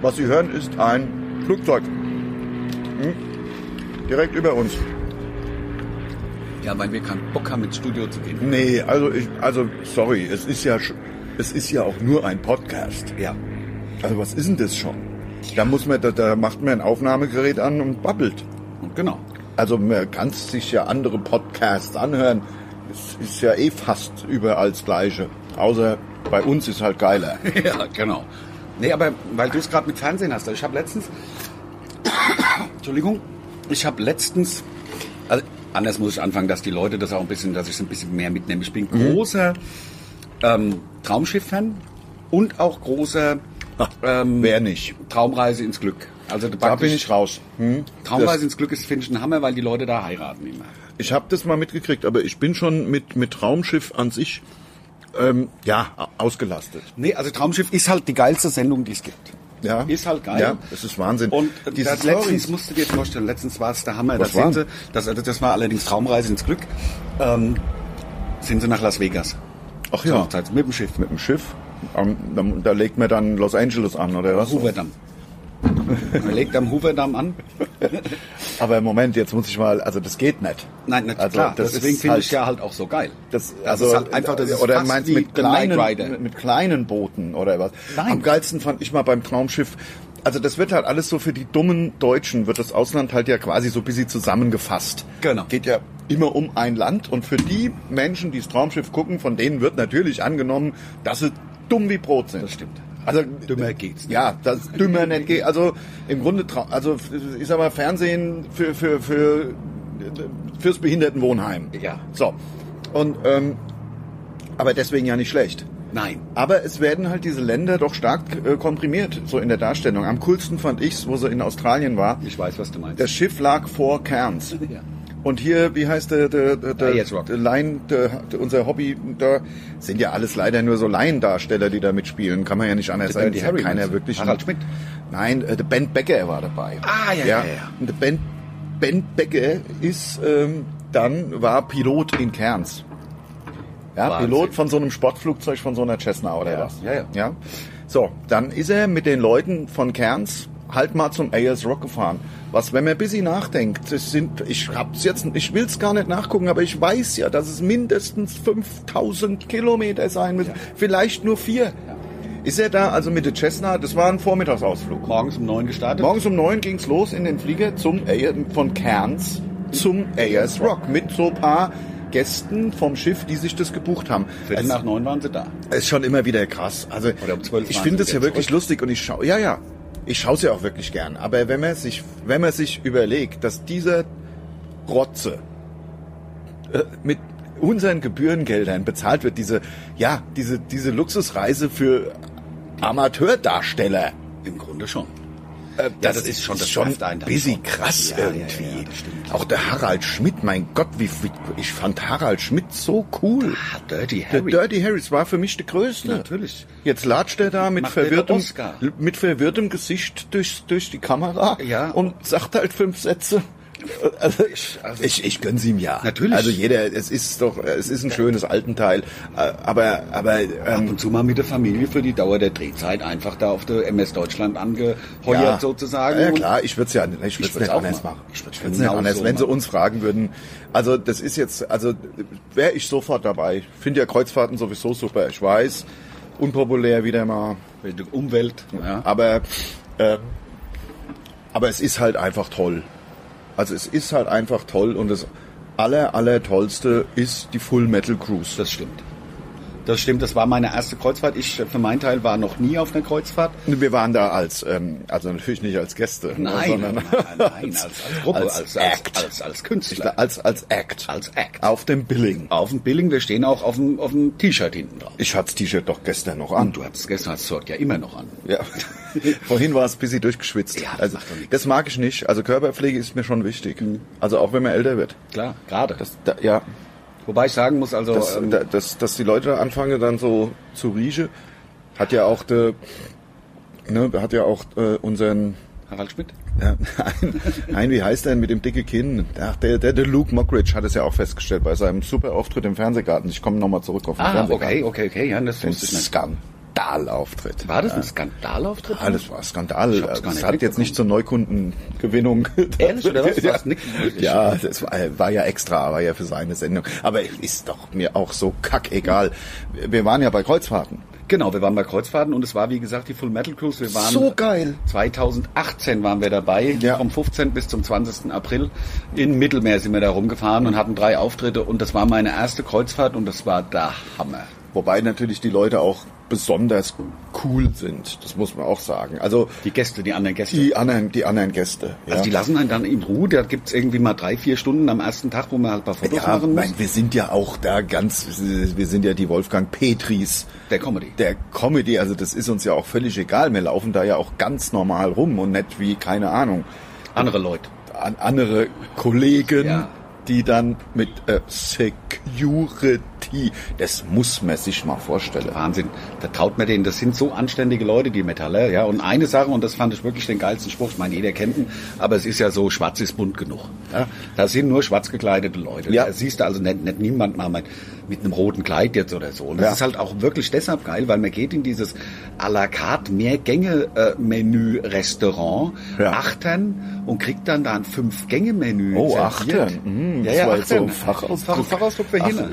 Speaker 1: was Sie hören, ist ein Flugzeug. Hm? Direkt über uns.
Speaker 2: ja, weil wir keinen Bock haben, ins Studio zu gehen.
Speaker 1: Nee, also ich, also sorry, es ist ja, sch- es ist ja auch nur ein Podcast.
Speaker 2: Ja,
Speaker 1: Also was ist denn das schon? Da muss man, da, da macht man ein Aufnahmegerät an und babbelt.
Speaker 2: und genau.
Speaker 1: Also man kann sich ja andere Podcasts anhören. Es ist ja eh fast überall das Gleiche. Außer bei uns ist halt geiler.
Speaker 2: ja, genau. Nee, aber weil du es gerade mit Fernsehen hast. Ich habe letztens, Entschuldigung, ich habe letztens, also anders muss ich anfangen, dass die Leute das auch ein bisschen, dass ich es ein bisschen mehr mitnehme. Ich bin großer ähm, Traumschiff-Fan und auch großer ähm,
Speaker 1: Wer nicht?
Speaker 2: Traumreise ins Glück. Also
Speaker 1: Da bin ich raus. Hm?
Speaker 2: Traumreise ins Glück ist, finde ich, ein Hammer, weil die Leute da heiraten immer.
Speaker 1: Ich habe das mal mitgekriegt, aber ich bin schon mit, mit Traumschiff an sich ähm, ja, a- ausgelastet.
Speaker 2: Nee, also Traumschiff ist halt die geilste Sendung, die es gibt.
Speaker 1: Ja.
Speaker 2: Ist halt geil.
Speaker 1: Ja, das ist Wahnsinn.
Speaker 2: Und äh,
Speaker 1: Diese
Speaker 2: das letztens
Speaker 1: Storys.
Speaker 2: musst du dir vorstellen, letztens war es der Hammer.
Speaker 1: Was
Speaker 2: da sind
Speaker 1: war?
Speaker 2: sie, das, also das war allerdings Traumreise ins Glück. Ähm, sind sie nach Las Vegas.
Speaker 1: Ach
Speaker 2: Zur
Speaker 1: ja,
Speaker 2: Hochzeit, mit dem Schiff.
Speaker 1: mit dem Schiff. Am- da, da legt man dann Los Angeles an, oder was?
Speaker 2: Hooverdamm. Man legt am Hooverdamm an.
Speaker 1: Aber Moment, jetzt muss ich mal, also das geht nicht.
Speaker 2: Nein, na,
Speaker 1: Also,
Speaker 2: klar,
Speaker 1: das
Speaker 2: deswegen
Speaker 1: ist
Speaker 2: finde ich
Speaker 1: halt-
Speaker 2: ja halt auch so geil.
Speaker 1: Das,
Speaker 2: Das
Speaker 1: also,
Speaker 2: ist halt einfach, das ist
Speaker 1: oder
Speaker 2: fast
Speaker 1: meinst
Speaker 2: wie
Speaker 1: mit
Speaker 2: The Knight
Speaker 1: kleinen,
Speaker 2: Rider.
Speaker 1: mit, mit kleinen Booten oder was?
Speaker 2: Nein.
Speaker 1: Am geilsten fand ich mal beim Traumschiff. Also das wird halt alles so für die dummen Deutschen wird das Ausland halt ja quasi so ein bisschen zusammengefasst.
Speaker 2: Genau.
Speaker 1: Geht ja immer um ein Land und für die Menschen, die das Traumschiff gucken, von denen wird natürlich angenommen, dass sie dumm wie Brot sind.
Speaker 2: Das stimmt.
Speaker 1: Also
Speaker 2: Dümmer geht's nicht.
Speaker 1: Ja, das dümmer nicht geht. Also im Grunde, trau- also ich sag mal Fernsehen für für für fürs Behindertenwohnheim.
Speaker 2: Ja.
Speaker 1: So. Und ähm, aber deswegen ja nicht schlecht.
Speaker 2: Nein.
Speaker 1: Aber es werden halt diese Länder doch stark äh, komprimiert, so in der Darstellung. Am coolsten fand ich's, wo sie in Australien war.
Speaker 2: Ich weiß, was du meinst.
Speaker 1: Das Schiff lag vor Cairns.
Speaker 2: Ja. Ah,
Speaker 1: Und hier, wie heißt der, der, der, der,
Speaker 2: jetzt Rock.
Speaker 1: der Laien, der, der, unser Hobby, da sind ja alles leider nur so Laiendarsteller, die da mitspielen. Kann man ja nicht anders
Speaker 2: Der
Speaker 1: sagen.
Speaker 2: Dirty
Speaker 1: Das hat
Speaker 2: Harry
Speaker 1: keiner
Speaker 2: meinst du?
Speaker 1: wirklich.
Speaker 2: Harald Schmidt?
Speaker 1: Nein, äh, der Ben Becker war dabei.
Speaker 2: Ah, ja, ja, ja.
Speaker 1: Und der Ben, ben Becker ist, ähm, dann war Pilot in Cairns. Ja,
Speaker 2: Wahnsinn.
Speaker 1: Pilot von so einem Sportflugzeug, von so einer Cessna oder
Speaker 2: Ja,
Speaker 1: was.
Speaker 2: ja, ja.
Speaker 1: ja. So, dann ist er mit den Leuten von Cairns halt mal zum AS Rock gefahren. Was, wenn man ein bisschen nachdenkt, das sind, ich hab's jetzt, ich will's gar nicht nachgucken, aber ich weiß ja, dass es mindestens 5000 Kilometer sein müssen, vielleicht nur vier. Ist er da, also mit der Cessna, das war ein Vormittagsausflug.
Speaker 2: Morgens um neun gestartet.
Speaker 1: Morgens um neun ging's los in den Flieger zum AS, von Cairns zum AS Rock mit so paar Gästen vom Schiff, die sich das gebucht haben.
Speaker 2: Viertel
Speaker 1: Es-
Speaker 2: nach neun waren sie da.
Speaker 1: ist schon immer wieder krass. Also
Speaker 2: Oder um 12
Speaker 1: ich
Speaker 2: waren
Speaker 1: finde
Speaker 2: sie
Speaker 1: es
Speaker 2: wieder
Speaker 1: ja wirklich
Speaker 2: zurück.
Speaker 1: lustig und ich schaue, ja, ja, ich schaue es ja auch wirklich gern. Aber wenn man sich, wenn man sich überlegt, dass dieser Rotze äh, mit unseren Gebührengeldern bezahlt wird, diese, ja, diese, diese Luxusreise für Amateurdarsteller,
Speaker 2: Im Grunde schon.
Speaker 1: äh,
Speaker 2: das ist schon- das nervt einen dann
Speaker 1: busy
Speaker 2: schon.
Speaker 1: krass
Speaker 2: Ja, ja, ja,
Speaker 1: irgendwie.
Speaker 2: ja, das stimmt.
Speaker 1: Auch der Harald Schmidt, mein Gott, wie, wie ich fand Harald Schmidt so cool.
Speaker 2: Ah, Dirty
Speaker 1: Der
Speaker 2: Harry.
Speaker 1: Dirty Harris war für mich der Größte.
Speaker 2: Natürlich.
Speaker 1: Jetzt latscht er da mit
Speaker 2: Macht er den
Speaker 1: verwirrtem,
Speaker 2: Oscar.
Speaker 1: mit verwirrtem Gesicht durch, durch die Kamera
Speaker 2: Ja.
Speaker 1: und sagt halt fünf Sätze. Also ich,
Speaker 2: also-
Speaker 1: ich, ich gönn's ihm ja.
Speaker 2: Natürlich.
Speaker 1: Also jeder, es ist doch, es ist ein schönes Altenteil. Äh, Aber, aber,
Speaker 2: Ab
Speaker 1: ähm,
Speaker 2: und zu mal mit der Familie für die Dauer der Drehzeit einfach da auf der MS Deutschland angeheuert
Speaker 1: ja.
Speaker 2: sozusagen.
Speaker 1: Ja
Speaker 2: Und
Speaker 1: klar, ich würd's ja, ne, ich würd's
Speaker 2: würd's
Speaker 1: nicht
Speaker 2: auch
Speaker 1: anders
Speaker 2: machen.
Speaker 1: machen.
Speaker 2: Ich würd's
Speaker 1: würd's
Speaker 2: genau
Speaker 1: nicht anders.
Speaker 2: so
Speaker 1: Wenn sie
Speaker 2: machen.
Speaker 1: uns fragen würden, also das ist jetzt, also wäre ich sofort dabei. Finde ja Kreuzfahrten sowieso super. Ich weiß, unpopulär wieder mal.
Speaker 2: mit der Umwelt. Ja.
Speaker 1: Aber, ähm, aber es ist halt einfach toll. Also es ist halt einfach toll und das aller, aller tollste ist die Full Metal Cruise.
Speaker 2: Das stimmt. Das stimmt, das war meine erste Kreuzfahrt. Ich äh, für meinen Teil war noch nie auf einer Kreuzfahrt.
Speaker 1: wir waren da als, ähm, also natürlich nicht als Gäste,
Speaker 2: Nein, nein,
Speaker 1: sondern
Speaker 2: nein, nein, als, als Gruppe,
Speaker 1: als
Speaker 2: als, als, als,
Speaker 1: Act.
Speaker 2: als, Künstler,
Speaker 1: als, als Act.
Speaker 2: als Act.
Speaker 1: Auf dem Billing.
Speaker 2: Auf dem Billing, wir stehen auch auf dem, auf dem T-Shirt hinten drauf.
Speaker 1: Ich hatte das T-Shirt doch gestern noch an.
Speaker 2: Und du hast gestern hast du dort ja immer noch an.
Speaker 1: Ja. Vorhin war es ein bisschen durchgeschwitzt.
Speaker 2: Ja, das
Speaker 1: also,
Speaker 2: macht doch nichts. Mhm.
Speaker 1: das mag ich nicht. Also Körperpflege ist mir schon wichtig. Also auch wenn man älter wird.
Speaker 2: Klar, gerade.
Speaker 1: Das, da, ja,
Speaker 2: Wobei ich sagen muss, also
Speaker 1: dass,
Speaker 2: ähm,
Speaker 1: da- dass, dass die Leute anfangen dann so zu riechen, hat ja auch de, ne, hat ja auch äh, unseren
Speaker 2: Harald Schmidt.
Speaker 1: ja, nein, nein, wie heißt der denn mit dem dicke Kinn? Ach, der, der, der Luke Mockridge hat es ja auch festgestellt bei seinem super Auftritt im Fernsehgarten. Ich komme nochmal zurück auf den
Speaker 2: Ah,
Speaker 1: Fernsehgarten.
Speaker 2: okay, okay, okay, ja, das
Speaker 1: Den
Speaker 2: wusste ich nicht.
Speaker 1: Skandalauftritt.
Speaker 2: War das ein Skandalauftritt?
Speaker 1: Ah, das war ein Skandal.
Speaker 2: hab's gar
Speaker 1: Das
Speaker 2: nicht
Speaker 1: hat jetzt nicht zur Neukundengewinnung.
Speaker 2: Ehrlich, oder was?
Speaker 1: Ja,
Speaker 2: War's nicht?
Speaker 1: ja das war, war ja extra, war ja für seine Sendung. Aber ist doch mir auch so kackegal. Wir waren ja bei Kreuzfahrten.
Speaker 2: Genau, wir waren bei Kreuzfahrten und es war, wie gesagt, die Full Metal Cruise. Wir waren
Speaker 1: So geil.
Speaker 2: 2018 waren wir dabei,
Speaker 1: Ja.
Speaker 2: vom 15. bis zum 20. April. In Mittelmeer sind wir da rumgefahren und hatten drei Auftritte und das war meine erste Kreuzfahrt und das war der Hammer.
Speaker 1: Wobei natürlich die Leute auch besonders cool sind. Das muss man auch sagen. Also
Speaker 2: Die Gäste, die anderen Gäste.
Speaker 1: die anderen, die anderen Gäste.
Speaker 2: also die lassen einen dann in Ruhe, da gibt's irgendwie mal drei, vier Stunden am ersten Tag, wo man halt ein paar Fotos
Speaker 1: ja,
Speaker 2: machen muss.
Speaker 1: mein, wir sind ja auch da ganz, wir sind ja die Wolfgang Petris
Speaker 2: Der Comedy.
Speaker 1: der Comedy, also das ist uns ja auch völlig egal. Wir laufen da ja auch ganz normal rum und nicht wie, keine Ahnung,
Speaker 2: Andere Leute.
Speaker 1: an andere Kollegen,
Speaker 2: Ja.
Speaker 1: die dann mit äh, Security, das muss man sich mal vorstellen.
Speaker 2: Wahnsinn. Da traut man denen. Das sind so anständige Leute, die Metaller. Ja, und eine Sache, und das fand ich wirklich den geilsten Spruch. Ich meine, jeder kennt ihn, aber es ist ja so, schwarz ist bunt genug. Ja, da sind nur schwarz gekleidete Leute.
Speaker 1: Ja.
Speaker 2: Da siehst du also nicht, nicht niemand mal mit, mit einem roten Kleid jetzt oder so. Und das
Speaker 1: Ja.
Speaker 2: ist halt auch wirklich deshalb geil, weil man geht in dieses à la carte äh, Mehrgänge-Menü-Restaurant,
Speaker 1: Ja.
Speaker 2: Achtern, und kriegt dann da ein Fünf-Gänge-Menü.
Speaker 1: Oh,
Speaker 2: serviert.
Speaker 1: Achtern. Mm,
Speaker 2: ja,
Speaker 1: das
Speaker 2: ja,
Speaker 1: war jetzt so
Speaker 2: Achtern.
Speaker 1: ein Fachausdruck.
Speaker 2: Fach, Fachausdruck für Hinne.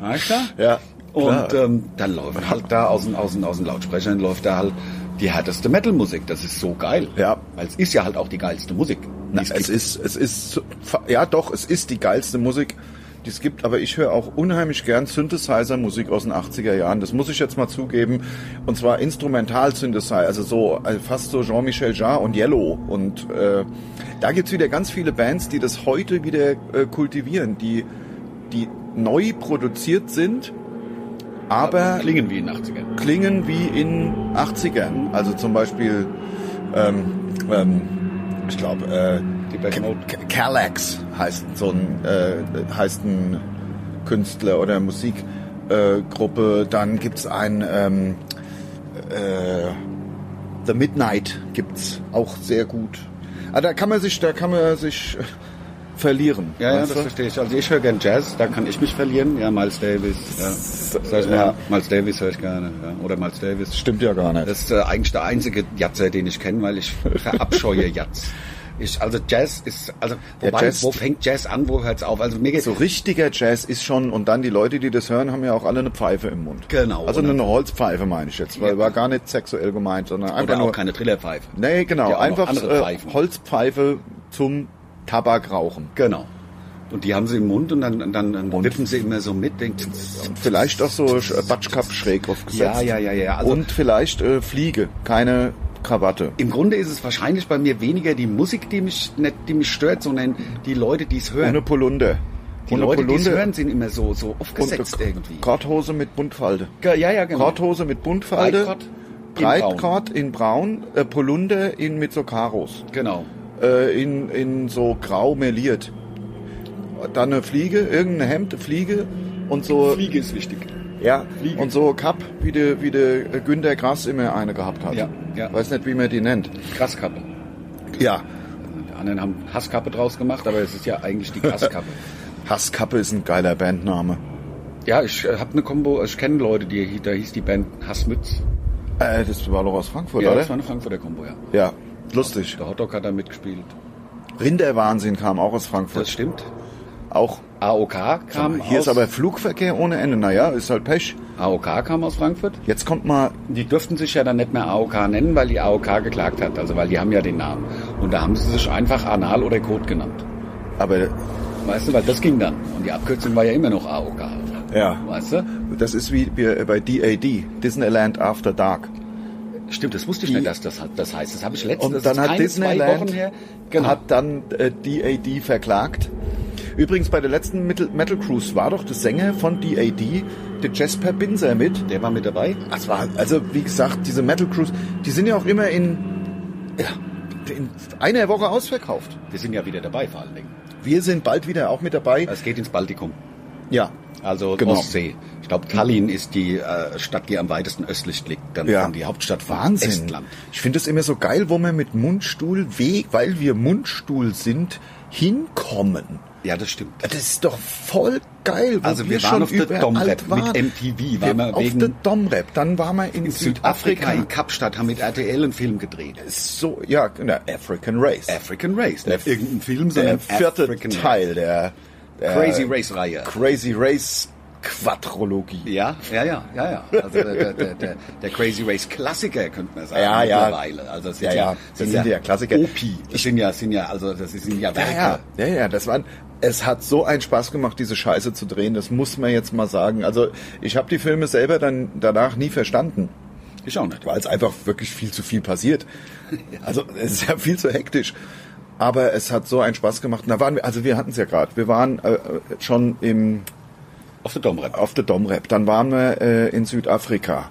Speaker 2: Weißt du?
Speaker 1: Ja,
Speaker 2: Und
Speaker 1: klar.
Speaker 2: ähm, dann läuft halt da aus den, aus, den, aus den Lautsprechern läuft da halt die härteste Metal-Musik. Das ist so geil.
Speaker 1: Ja.
Speaker 2: Weil es ist ja halt auch die geilste Musik.
Speaker 1: Na,
Speaker 2: Die
Speaker 1: es
Speaker 2: gibt.
Speaker 1: ist, es ist, ja doch, es ist die geilste Musik, die es gibt, aber ich höre auch unheimlich gern Synthesizer-Musik aus den 80er Jahren. Das muss ich jetzt mal zugeben. Und zwar Instrumental-Synthesizer, also so also fast so Jean-Michel Jarre und Yellow. Und äh, da gibt's wieder ganz viele Bands, die das heute wieder äh, kultivieren, die, die neu produziert sind, aber
Speaker 2: klingen wie in den 80ern.
Speaker 1: klingen wie in 80ern. Also zum Beispiel, ähm, ähm, ich glaube,
Speaker 2: Die
Speaker 1: äh,
Speaker 2: Black Note.
Speaker 1: K- K- Kallax heißt so ein, äh, heißt ein Künstler oder Musikgruppe. Äh, Gruppe. Dann gibt's ein ähm, äh, The Midnight gibt's auch sehr gut. Ah, da kann man sich, da kann man sich äh, verlieren.
Speaker 2: Ja, ja,
Speaker 1: weißt
Speaker 2: das
Speaker 1: du?
Speaker 2: verstehe ich. Also ich höre gern Jazz, da kann ich mich verlieren. Ja, Miles Davis. Ja. Sag ich mal,
Speaker 1: Ja.
Speaker 2: Miles Davis höre ich gerne. Ja. Oder Miles Davis.
Speaker 1: Stimmt ja gar nicht.
Speaker 2: Das ist äh, eigentlich der einzige Jatzer, den ich kenne, weil ich verabscheue Jatz. Ich, also Jazz ist, also wobei,
Speaker 1: Jazz-
Speaker 2: wo fängt Jazz an, wo hört's auf? Also mir geht
Speaker 1: So richtiger Jazz ist schon, und dann die Leute, die das hören, haben ja auch alle eine Pfeife im Mund.
Speaker 2: Genau.
Speaker 1: Also
Speaker 2: Oder-
Speaker 1: eine Holzpfeife meine ich jetzt, weil
Speaker 2: Ja.
Speaker 1: war gar nicht sexuell gemeint, sondern einfach
Speaker 2: oder auch
Speaker 1: nur.
Speaker 2: keine Trillerpfeife.
Speaker 1: nee, genau,
Speaker 2: Ja, auch noch
Speaker 1: einfach
Speaker 2: andere
Speaker 1: äh,
Speaker 2: Pfeifen.
Speaker 1: Holzpfeife zum Tabakrauchen.
Speaker 2: Genau. Und die haben sie im Mund und dann, dann, dann wippen sie immer so mit. Denkt,
Speaker 1: Vielleicht auch so Sch- äh, Batschkap schräg aufgesetzt.
Speaker 2: Ja, ja, ja, ja. Also-
Speaker 1: und vielleicht äh, Fliege, keine Krawatte.
Speaker 2: Im Grunde ist es wahrscheinlich bei mir weniger die Musik, die mich, nicht, die mich stört, sondern die Leute, die es hören.
Speaker 1: Ohne Polunder.
Speaker 2: die
Speaker 1: Ohne
Speaker 2: Leute, die es
Speaker 1: Polunder
Speaker 2: hören, sind immer so, so
Speaker 1: und
Speaker 2: aufgesetzt
Speaker 1: eine
Speaker 2: irgendwie.
Speaker 1: Korthose mit Buntfalte.
Speaker 2: Ja, ja, genau.
Speaker 1: Korthose mit Buntfalte.
Speaker 2: Breitkord in Braun.
Speaker 1: Breitkord in braun, äh, Polunder in mit so Karos.
Speaker 2: Genau.
Speaker 1: äh, in, in so grau meliert. Dann eine Fliege, irgendein Hemd, eine Fliege und so.
Speaker 2: Fliege ist wichtig.
Speaker 1: Ja,
Speaker 2: Fliege.
Speaker 1: und so Kapp, wie der wie de Günter Grass immer eine gehabt hat.
Speaker 2: Ja, ja.
Speaker 1: Weiß nicht, wie man die nennt.
Speaker 2: Grasskappe.
Speaker 1: Ja.
Speaker 2: Die anderen haben Hasskappe draus gemacht, aber es ist ja eigentlich die Grasskappe.
Speaker 1: Hasskappe ist ein geiler Bandname.
Speaker 2: ja, ich äh, habe eine Combo, ich kenne Leute, die, da hieß die Band Hassmütz.
Speaker 1: Äh, das war doch aus Frankfurt,
Speaker 2: Ja, das war
Speaker 1: oder?
Speaker 2: eine Frankfurter Combo, ja.
Speaker 1: Ja, lustig.
Speaker 2: Der Hotdog hat da mitgespielt.
Speaker 1: Rinderwahnsinn kam auch aus
Speaker 2: Das
Speaker 1: Frankfurt.
Speaker 2: stimmt.
Speaker 1: Auch.
Speaker 2: AOK kam
Speaker 1: Hier
Speaker 2: aus,
Speaker 1: ist aber Flugverkehr ohne Ende. Naja, ist halt Pech.
Speaker 2: AOK kam aus Frankfurt.
Speaker 1: Jetzt kommt mal
Speaker 2: Die dürften sich ja dann nicht mehr AOK nennen, weil die AOK geklagt hat, also weil die haben ja den Namen. Und da haben sie sich einfach Anal oder Kot genannt.
Speaker 1: Aber
Speaker 2: Weißt du, weil das ging dann. Und die Abkürzung war ja immer noch AOK.
Speaker 1: Ja.
Speaker 2: Weißt du?
Speaker 1: das ist wie wir bei DAD, Disneyland After Dark.
Speaker 2: Stimmt, das wusste ich nicht, dass das, das heißt. Das habe ich letztens,
Speaker 1: Und
Speaker 2: das
Speaker 1: dann
Speaker 2: ist
Speaker 1: hat
Speaker 2: keine zwei
Speaker 1: Disneyland
Speaker 2: Wochen her. Genau.
Speaker 1: hat dann äh, DAD verklagt. Übrigens bei der letzten Metal, Metal Cruise war doch der Sänger von DAD, der Jasper Binzer mit.
Speaker 2: der war mit dabei.
Speaker 1: Das war also wie gesagt diese Metal Cruise, die sind ja auch immer in, ja, in einer Woche ausverkauft.
Speaker 2: Wir sind ja wieder dabei vor allen Dingen.
Speaker 1: Wir sind bald wieder auch mit dabei.
Speaker 2: Es geht ins Baltikum.
Speaker 1: Ja,
Speaker 2: Also
Speaker 1: Genau.
Speaker 2: Ostsee. Ich glaube, Tallinn ist die äh, Stadt, die am weitesten östlich liegt. Dann
Speaker 1: Ja.
Speaker 2: dann die Hauptstadt von
Speaker 1: Wahnsinn.
Speaker 2: Estland.
Speaker 1: Ich finde es immer so geil, wo wir mit Mundstuhl, we- weil wir Mundstuhl sind, hinkommen.
Speaker 2: Ja, das stimmt.
Speaker 1: Das ist doch voll geil. wo
Speaker 2: Also wir waren auf der
Speaker 1: überall
Speaker 2: Domrep
Speaker 1: waren.
Speaker 2: mit MTV,
Speaker 1: Wir
Speaker 2: waren wir
Speaker 1: auf
Speaker 2: wegen-
Speaker 1: der Domrep, dann waren wir in,
Speaker 2: In Südafrika, in Kapstadt, haben mit RTL einen Film gedreht.
Speaker 1: So, ja, na, African Race.
Speaker 2: African Race.
Speaker 1: Der-
Speaker 2: Nicht irgendein Film,
Speaker 1: der
Speaker 2: sondern
Speaker 1: vierte
Speaker 2: African
Speaker 1: Teil der, der
Speaker 2: Crazy Race Reihe.
Speaker 1: Crazy Race Quadrologie.
Speaker 2: Ja, ja, ja, ja, ja. Also der, der, der- der, der Crazy Race Klassiker könnte man sagen
Speaker 1: Ja, ja.
Speaker 2: mittlerweile. Also das sind
Speaker 1: Ja,
Speaker 2: ja,
Speaker 1: ja. Das sind ja Klassiker.
Speaker 2: OP. Das sind ja, sind ja, also das sind ja Werke.
Speaker 1: Ja, ja, ja, ja, das waren. Es hat so einen Spaß gemacht, diese Scheiße zu drehen. Das muss man jetzt mal sagen. Also ich habe die Filme selber dann danach nie verstanden,
Speaker 2: Ich auch nicht.
Speaker 1: weil es einfach wirklich viel zu viel passiert. Also es ist ja viel zu hektisch. Aber es hat so einen Spaß gemacht. Na waren wir, also wir hatten es ja gerade. Wir waren äh, äh, schon im
Speaker 2: Auf der Domrep.
Speaker 1: auf der Domrep. Dann waren wir äh, in Südafrika.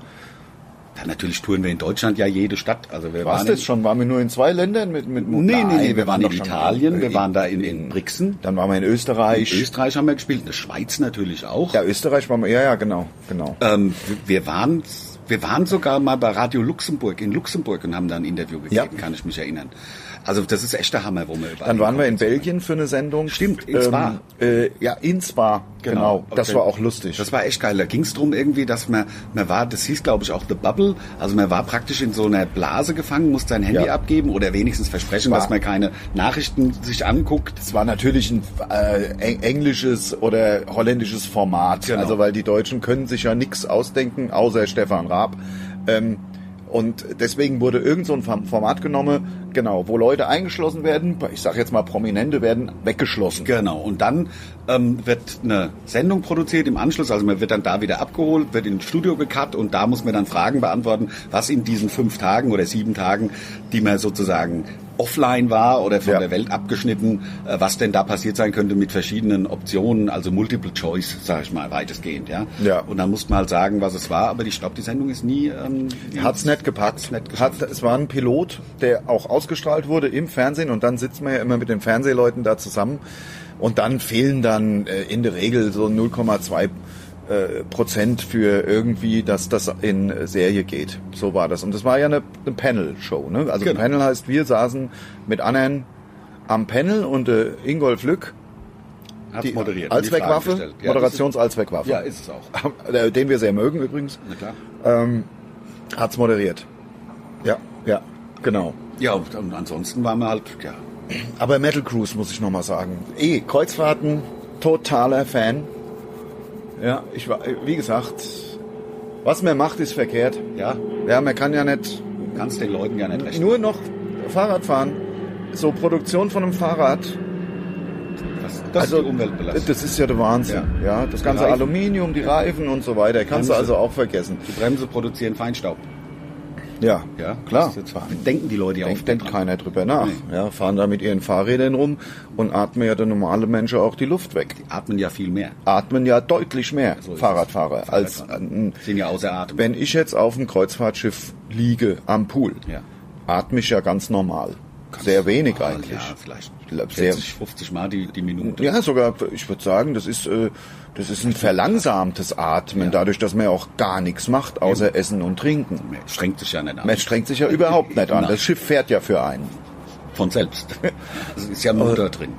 Speaker 2: Ja, natürlich touren wir in Deutschland ja jede Stadt. Also wir
Speaker 1: Warst
Speaker 2: waren
Speaker 1: das schon? Waren wir nur in zwei Ländern mit mit?
Speaker 2: In, nee, nee,
Speaker 1: Nein,
Speaker 2: nee, wir, waren
Speaker 1: doch
Speaker 2: in
Speaker 1: schon-
Speaker 2: Italien, wir waren da in, in Brixen.
Speaker 1: Dann waren wir in Österreich.
Speaker 2: In Österreich haben wir gespielt, in der Schweiz natürlich auch.
Speaker 1: ja, Österreich waren wir. Ja, ja, genau, genau.
Speaker 2: Ähm, wir- wir waren, wir waren sogar mal bei Radio Luxemburg in Luxemburg und haben da ein Interview gegeben,
Speaker 1: Ja.
Speaker 2: kann ich mich erinnern. Also das ist echt der Hammer, wo wir überall
Speaker 1: Dann waren wir in
Speaker 2: hinkommen.
Speaker 1: Belgien für eine Sendung.
Speaker 2: Stimmt, in Spa.
Speaker 1: äh, ja, in Spa, genau. Das
Speaker 2: Okay.
Speaker 1: war auch lustig.
Speaker 2: Das war echt geil. Da ging es darum irgendwie, dass man, man war, das hieß glaube ich auch The Bubble, also man war praktisch in so einer Blase gefangen, musste sein Handy
Speaker 1: Ja.
Speaker 2: abgeben oder wenigstens versprechen,
Speaker 1: War-
Speaker 2: dass man keine Nachrichten sich anguckt.
Speaker 1: Es war natürlich ein äh, eng- englisches oder holländisches Format.
Speaker 2: Genau.
Speaker 1: Also weil die Deutschen können sich ja nichts ausdenken, außer Stefan Raab. Ähm, und deswegen wurde irgend so ein Form- Format genommen, genau, wo Leute eingeschlossen werden, ich sag jetzt mal Prominente werden weggeschlossen.
Speaker 2: Genau, und dann ähm, wird eine Sendung produziert im Anschluss, also man wird dann da wieder abgeholt, wird ins Studio gekarrt und da muss man dann Fragen beantworten, was in diesen fünf Tagen oder sieben Tagen, die man sozusagen offline war oder von
Speaker 1: Ja.
Speaker 2: der Welt abgeschnitten, äh, was denn da passiert sein könnte mit verschiedenen Optionen, also Multiple Choice, sag ich mal, weitestgehend, ja.
Speaker 1: Ja.
Speaker 2: Und dann muss man halt sagen, was es war, aber ich glaube, die Sendung ist nie... Ähm,
Speaker 1: Hat's nicht
Speaker 2: hat's
Speaker 1: gepackt.
Speaker 2: nicht geschafft.
Speaker 1: Hat, es war ein Pilot, der auch ausgestrahlt wurde im Fernsehen und dann sitzt man ja immer mit den Fernsehleuten da zusammen und dann fehlen dann äh, in der Regel so 0,2 äh, Prozent für irgendwie, dass das in äh, Serie geht. So war das. Und das war ja eine, eine Panel-Show. Ne? Also
Speaker 2: Genau.
Speaker 1: Panel heißt, wir saßen mit anderen am Panel und äh, Ingolf Lück,
Speaker 2: hat's
Speaker 1: die
Speaker 2: moderiert. und die Fragen
Speaker 1: Allzweckwaffe,
Speaker 2: gestellt. Ja, das
Speaker 1: Moderations-Allzweckwaffe,
Speaker 2: Ist, ja, ist es auch.
Speaker 1: Äh, den wir sehr mögen übrigens,
Speaker 2: Na klar.
Speaker 1: hat's moderiert. Ja, ja, genau.
Speaker 2: Ja, und und ansonsten waren wir halt, ja,
Speaker 1: Aber Metal Cruise muss ich nochmal sagen. Eh, Kreuzfahrten, totaler Fan. Ja, ich war, wie gesagt, was man macht, ist verkehrt.
Speaker 2: ja,
Speaker 1: Ja, man kann ja nicht
Speaker 2: kannst den Leuten ja nicht recht.
Speaker 1: nur noch Fahrrad fahren. So Produktion von einem Fahrrad,
Speaker 2: Das, das
Speaker 1: Also,
Speaker 2: ist die Umweltbelastung.
Speaker 1: das ist ja der Wahnsinn. Ja. das ganze
Speaker 2: Reifen.
Speaker 1: Aluminium, die Reifen und so weiter. Kannst du
Speaker 2: Bremse.
Speaker 1: also auch vergessen.
Speaker 2: Die Bremse produzieren Feinstaub.
Speaker 1: Ja,
Speaker 2: Ja,
Speaker 1: klar.
Speaker 2: Das ist jetzt Wahnsinn. denken die Leute ja
Speaker 1: Denkt,
Speaker 2: oft
Speaker 1: denkt
Speaker 2: dran.
Speaker 1: keiner drüber nach. Ja, fahren da mit ihren Fahrrädern rum und atmen ja der normale Mensch auch die Luft weg.
Speaker 2: Atmen ja viel mehr.
Speaker 1: Atmen ja deutlich mehr
Speaker 2: So ist es.
Speaker 1: Fahrradfahrer als
Speaker 2: Fahrradfahrer.
Speaker 1: äh,
Speaker 2: Sind ja außer Atem.
Speaker 1: wenn ich jetzt auf dem Kreuzfahrtschiff liege am Pool.
Speaker 2: Ja.
Speaker 1: Atme ich ja ganz normal.
Speaker 2: Ganz
Speaker 1: Sehr wenig
Speaker 2: normal,
Speaker 1: eigentlich.
Speaker 2: Also Ja, vielleicht
Speaker 1: Ich glaub, sehr-
Speaker 2: 40, 50 Mal die, die Minute.
Speaker 1: Ja, sogar, ich würde sagen, das ist, äh, das ist ein verlangsamtes Atmen, dadurch, dass man ja auch gar nichts macht, außer Essen und Trinken.
Speaker 2: Man Strengt sich ja nicht an.
Speaker 1: Man strengt sich ja überhaupt nicht an.
Speaker 2: Nein.
Speaker 1: Das Schiff fährt ja für einen.
Speaker 2: Von selbst. Es ist ja Motor drin.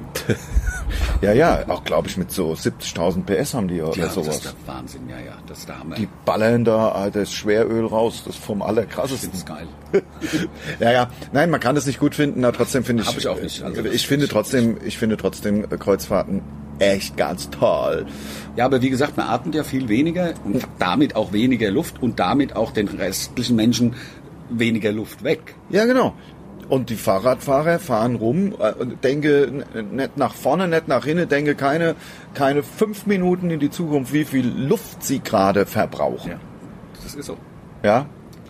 Speaker 1: Ja, ja, auch glaube ich mit so 70.000 PS haben die oder
Speaker 2: Ja, Das
Speaker 1: sowas.
Speaker 2: ist der Wahnsinn, ja, ja. Das ist der Hammer.
Speaker 1: Die ballern da ah, das Schweröl raus, das ist vom
Speaker 2: ich finde
Speaker 1: allerkrassesten.
Speaker 2: es geil.
Speaker 1: Ja, ja, nein, man kann das nicht gut finden, aber trotzdem finde ich.
Speaker 2: Hab ich auch nicht. Also das-
Speaker 1: ich finde trotzdem, ich finde trotzdem äh, Kreuzfahrten echt ganz toll.
Speaker 2: Ja, aber wie gesagt, man atmet ja viel weniger und damit auch weniger Luft und damit auch den restlichen Menschen weniger Luft weg.
Speaker 1: Ja, genau. Und die Fahrradfahrer fahren rum, äh, und denke n- nicht nach vorne, nicht nach hinten, denke keine, keine fünf Minuten in die Zukunft, wie viel Luft sie gerade verbrauchen.
Speaker 2: Das ist so.
Speaker 1: Ja.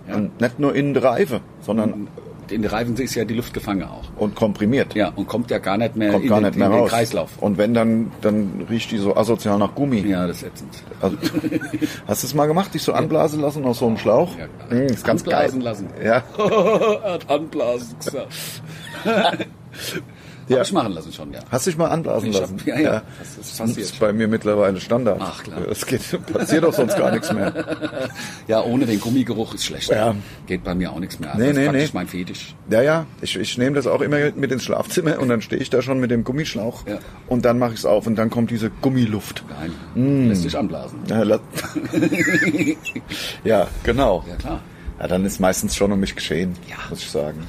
Speaker 2: Ja.
Speaker 1: Und nicht nur in der Reife, sondern
Speaker 2: In den Reifen ist ja die Luft gefangen auch.
Speaker 1: und komprimiert.
Speaker 2: Ja, und kommt ja gar nicht mehr
Speaker 1: Kommt
Speaker 2: in,
Speaker 1: gar
Speaker 2: den,
Speaker 1: nicht mehr
Speaker 2: in den
Speaker 1: raus.
Speaker 2: Kreislauf.
Speaker 1: Und wenn dann, dann riecht die so asozial nach Gummi.
Speaker 2: Ja, das ist ätzend.
Speaker 1: Also, hast du es mal gemacht, dich so anblasen lassen aus so einem Schlauch?
Speaker 2: Ja,
Speaker 1: Hm, ist ganz geil.
Speaker 2: anblasen lassen.
Speaker 1: Ja.
Speaker 2: er hat anblasen gesagt.
Speaker 1: Ja.
Speaker 2: Hab ich machen lassen schon, ja.
Speaker 1: Hast du dich mal anblasen
Speaker 2: Ich hab-
Speaker 1: lassen?
Speaker 2: ja, ja. Das ist passiert.
Speaker 1: ist bei mir mittlerweile Standard.
Speaker 2: Ach, klar.
Speaker 1: Es geht, passiert doch sonst gar nichts mehr.
Speaker 2: Ja, ohne den Gummigeruch ist schlecht.
Speaker 1: Ja.
Speaker 2: Geht bei mir auch nichts mehr.
Speaker 1: Nee,
Speaker 2: das
Speaker 1: nee,
Speaker 2: ist praktisch
Speaker 1: nee.
Speaker 2: mein Fetisch.
Speaker 1: Ja, ja, ich, ich nehme das auch immer mit, mit ins Schlafzimmer und dann stehe ich da schon mit dem Gummischlauch
Speaker 2: Ja.
Speaker 1: und dann mache ich es auf und dann kommt diese Gummiluft.
Speaker 2: Geil.
Speaker 1: Mm.
Speaker 2: Lässt dich anblasen.
Speaker 1: Ja, la- ja genau.
Speaker 2: Ja, klar.
Speaker 1: Ja, dann ist meistens schon um mich geschehen,
Speaker 2: Ja.
Speaker 1: muss ich sagen.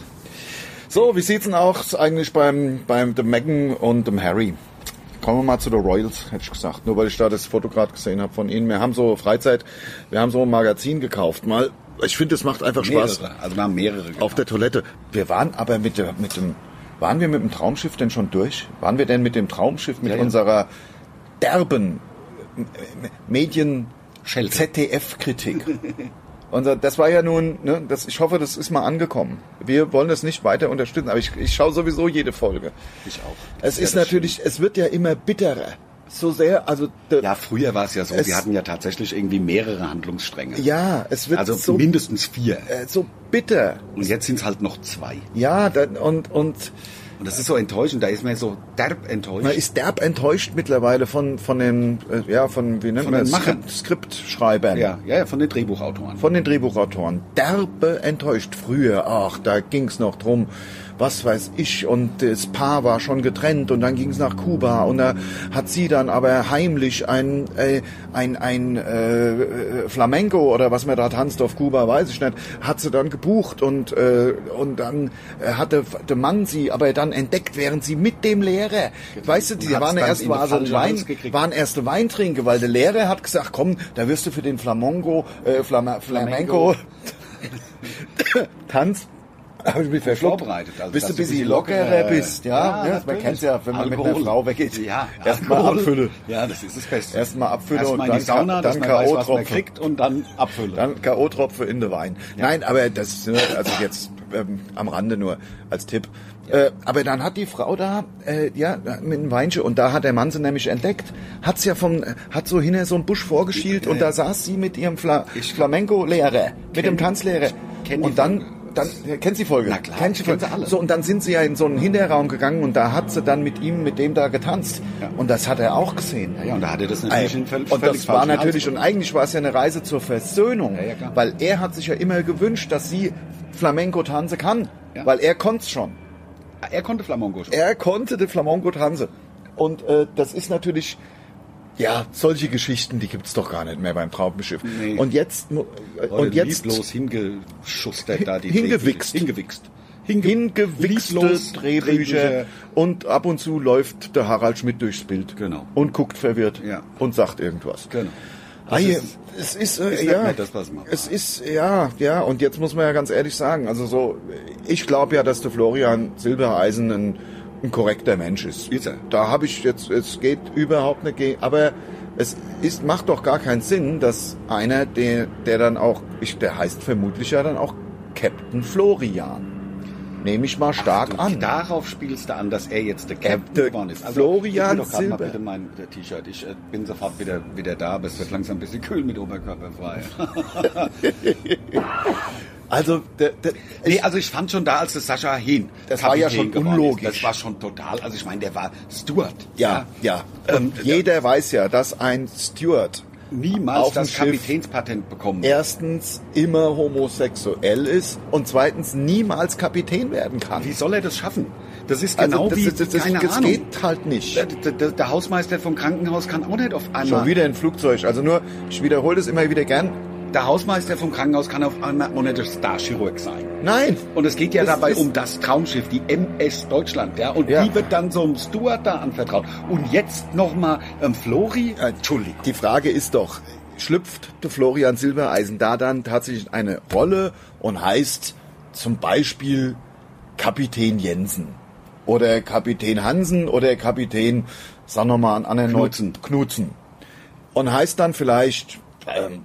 Speaker 1: So, wie sieht's denn auch eigentlich beim, beim dem Meghan und dem Harry? Kommen wir mal zu den Royals, hätte ich gesagt. Nur weil ich da das Foto gerade gesehen habe von ihnen. Wir haben so Freizeit, wir haben so ein Magazin gekauft. Mal, ich finde, es macht einfach Spaß.
Speaker 2: Mehrere. Also wir haben mehrere.
Speaker 1: Auf der Toilette. Wir waren aber mit, der, mit dem, waren wir mit dem Traumschiff denn schon durch? Waren wir denn mit dem Traumschiff, mit
Speaker 2: Ja, ja.
Speaker 1: unserer derben äh, Medien
Speaker 2: Schelte.
Speaker 1: ZDF-Kritik? Unser, das war ja nun, ne, das, ich hoffe, das ist mal angekommen. Wir wollen das nicht weiter unterstützen, aber ich, ich schaue sowieso jede Folge.
Speaker 2: Ich auch.
Speaker 1: Es
Speaker 2: Ja,
Speaker 1: ist
Speaker 2: das
Speaker 1: natürlich, es wird ja immer bitterer. So sehr, also der-
Speaker 2: Ja, früher war es ja so,
Speaker 1: Es-
Speaker 2: wir hatten ja tatsächlich irgendwie mehrere Handlungsstränge.
Speaker 1: ja, es wird
Speaker 2: Also
Speaker 1: so,
Speaker 2: mindestens vier.
Speaker 1: äh, so bitter.
Speaker 2: Und jetzt sind es halt noch zwei.
Speaker 1: Ja, dann, und und
Speaker 2: Und das ist so enttäuschend, da ist man so derb enttäuscht.
Speaker 1: Man ist derb enttäuscht mittlerweile von, von den, äh, ja, von, wie nennt
Speaker 2: Von
Speaker 1: man das?
Speaker 2: den Machern.
Speaker 1: Skript, Skriptschreibern.
Speaker 2: ja, ja, ja, von den Drehbuchautoren.
Speaker 1: Von den Drehbuchautoren. Derbe enttäuscht. Früher, ach, da ging's noch drum, was weiß ich, und das Paar war schon getrennt und dann ging's nach Kuba und da hat sie dann aber heimlich ein, äh, ein, ein äh, äh, Flamenco oder was man da tanzt auf Kuba, weiß ich nicht, hat sie dann gebucht und, äh, und dann äh, hatte der Mann sie aber dann entdeckt, während sie mit dem Lehrer, weißt du, die
Speaker 2: Hat's
Speaker 1: waren
Speaker 2: dann
Speaker 1: erst
Speaker 2: in eine
Speaker 1: Vase
Speaker 2: falsche
Speaker 1: Wein,
Speaker 2: Hand gekriegt.
Speaker 1: waren erste Weintrinke, weil der Lehrer hat gesagt, komm, da wirst du für den Flamongo, äh, Flama, Flamenco,
Speaker 2: Flamenco.
Speaker 1: Tanz. Habe ich mich verschluckt.
Speaker 2: Vorbereitet, also,
Speaker 1: bist du
Speaker 2: dass
Speaker 1: ein
Speaker 2: du ein
Speaker 1: bisschen
Speaker 2: bisschen
Speaker 1: lockerer
Speaker 2: lockerer-
Speaker 1: bist, ja?
Speaker 2: Ja,
Speaker 1: ja man
Speaker 2: natürlich.
Speaker 1: kennt ja, wenn man mit einer
Speaker 2: Alkohol.
Speaker 1: Frau weggeht.
Speaker 2: Ja,
Speaker 1: erstmal
Speaker 2: Alkohol.
Speaker 1: abfülle.
Speaker 2: Ja, das ist das Beste.
Speaker 1: Erstmal abfülle
Speaker 2: Erstmal
Speaker 1: und
Speaker 2: in die
Speaker 1: dann Ka-
Speaker 2: Sauna,
Speaker 1: dann
Speaker 2: dass man weiß, was
Speaker 1: K.O.
Speaker 2: man
Speaker 1: Tropfen.
Speaker 2: kriegt und dann abfülle.
Speaker 1: Dann K.O.-Tropfe in den Wein. Nein, aber das ist nur- also jetzt ähm, am Rande nur als Tipp. Äh, aber dann hat die Frau da, äh, ja, mit einem Weinchen, und da hat der Mann sie nämlich entdeckt, hat's ja vom, hat so hinter so einen Busch vorgeschielt und da saß sie mit ihrem Fla
Speaker 2: äh, Ich-
Speaker 1: Flamenco-Lehrer, mit dem Tanzlehrer.
Speaker 2: kenn die
Speaker 1: Und dann,
Speaker 2: Folge.
Speaker 1: dann, ja, kennst du die Folge?
Speaker 2: Na klar,
Speaker 1: Kennst du die
Speaker 2: kennt
Speaker 1: Folge?
Speaker 2: sie alle.
Speaker 1: So, und dann sind sie ja in so einen Hinterraum gegangen und da hat sie dann mit ihm, mit dem da getanzt.
Speaker 2: Ja.
Speaker 1: Und das hat er auch gesehen.
Speaker 2: ja, und da hat er das natürlich in völ-
Speaker 1: Und das
Speaker 2: völlig
Speaker 1: war
Speaker 2: falschen
Speaker 1: natürlich, und
Speaker 2: Hals-
Speaker 1: eigentlich war es ja eine Reise zur Versöhnung,
Speaker 2: Ja, ja, klar.
Speaker 1: weil er hat sich ja immer gewünscht, dass sie Flamenco tanzen kann,
Speaker 2: Ja.
Speaker 1: weil er konnte schon.
Speaker 2: er konnte Flamongo schon.
Speaker 1: Er konnte den Flamenco tanzen. Und äh, das ist natürlich, ja, solche Geschichten, die gibt's doch gar nicht mehr beim Traumschiff.
Speaker 2: Nee.
Speaker 1: Und jetzt, mu- äh,
Speaker 2: Leute,
Speaker 1: und jetzt
Speaker 2: lieblos hingeschustert da die
Speaker 1: Hingewichst.
Speaker 2: Drehbücher. Hingewichst. Hinge
Speaker 1: hingewichste
Speaker 2: lieblos
Speaker 1: Drehbücher. und ab und zu läuft der Harald Schmidt durchs Bild
Speaker 2: Genau.
Speaker 1: und guckt verwirrt
Speaker 2: Ja.
Speaker 1: und sagt irgendwas.
Speaker 2: Genau.
Speaker 1: Ah,
Speaker 2: Das
Speaker 1: ja,
Speaker 2: ist-
Speaker 1: es ist, äh,
Speaker 2: ist nicht
Speaker 1: ja,
Speaker 2: mehr das, was man
Speaker 1: es
Speaker 2: war.
Speaker 1: ist, ja, ja, und jetzt muss man ja ganz ehrlich sagen, also so, ich glaube ja, dass der Florian Silbereisen ein ein korrekter Mensch ist.
Speaker 2: Ist er.
Speaker 1: Da habe ich jetzt, es geht überhaupt nicht, ge- aber es ist, macht doch gar keinen Sinn, dass einer, der, der dann auch, ich, der heißt vermutlich ja dann auch Captain Florian. Nehme ich mal stark
Speaker 2: Du,
Speaker 1: an.
Speaker 2: Darauf spielst du an, dass er jetzt der Captain
Speaker 1: der
Speaker 2: geworden ist. Also,
Speaker 1: Florian
Speaker 2: ich will doch grad mal
Speaker 1: Silber.
Speaker 2: bitte mein äh, T-Shirt. Ich äh, bin sofort wieder, wieder da, aber es wird langsam ein bisschen kühl mit Oberkörperfrei.
Speaker 1: Also, der, der,
Speaker 2: Nee, also ich fand schon da, als der Sascha Hehn.
Speaker 1: Das war ja schon
Speaker 2: geworden ist,
Speaker 1: unlogisch.
Speaker 2: Das war schon total. Also ich meine, der war Stuart.
Speaker 1: ja, ja.
Speaker 2: Ähm,
Speaker 1: Und jeder weiß ja, dass ein Steward
Speaker 2: Niemals
Speaker 1: auf dem
Speaker 2: das
Speaker 1: Schiff
Speaker 2: Kapitänspatent bekommen.
Speaker 1: erstens immer homosexuell ist und zweitens niemals Kapitän werden kann.
Speaker 2: Wie soll er das schaffen? Das ist genau
Speaker 1: also, das,
Speaker 2: wie,
Speaker 1: das, das, das,
Speaker 2: keine
Speaker 1: das
Speaker 2: Ahnung.
Speaker 1: geht halt nicht.
Speaker 2: Der, der, der- der Hausmeister vom Krankenhaus kann auch nicht auf einmal.
Speaker 1: Schon wieder ein Flugzeug. Also nur, ich wiederhole es immer wieder gern.
Speaker 2: Der Hausmeister vom Krankenhaus kann auf einmal auch nicht der Starchirurg sein.
Speaker 1: Nein!
Speaker 2: Und es geht ja
Speaker 1: Das
Speaker 2: dabei
Speaker 1: ist-
Speaker 2: um das Traumschiff, die MS Deutschland, ja. Und
Speaker 1: Ja.
Speaker 2: die wird dann so einem Stuart da anvertraut. Und jetzt nochmal ähm, Flori. Äh, Entschuldigung.
Speaker 1: Die Frage ist doch, schlüpft der Florian Silbereisen da dann tatsächlich in eine Rolle und heißt zum Beispiel Kapitän Jensen oder Kapitän Hansen oder Kapitän, sagen wir mal, an anderen
Speaker 2: Knutzen.
Speaker 1: Leuten- Knutzen. Und heißt dann vielleicht ähm,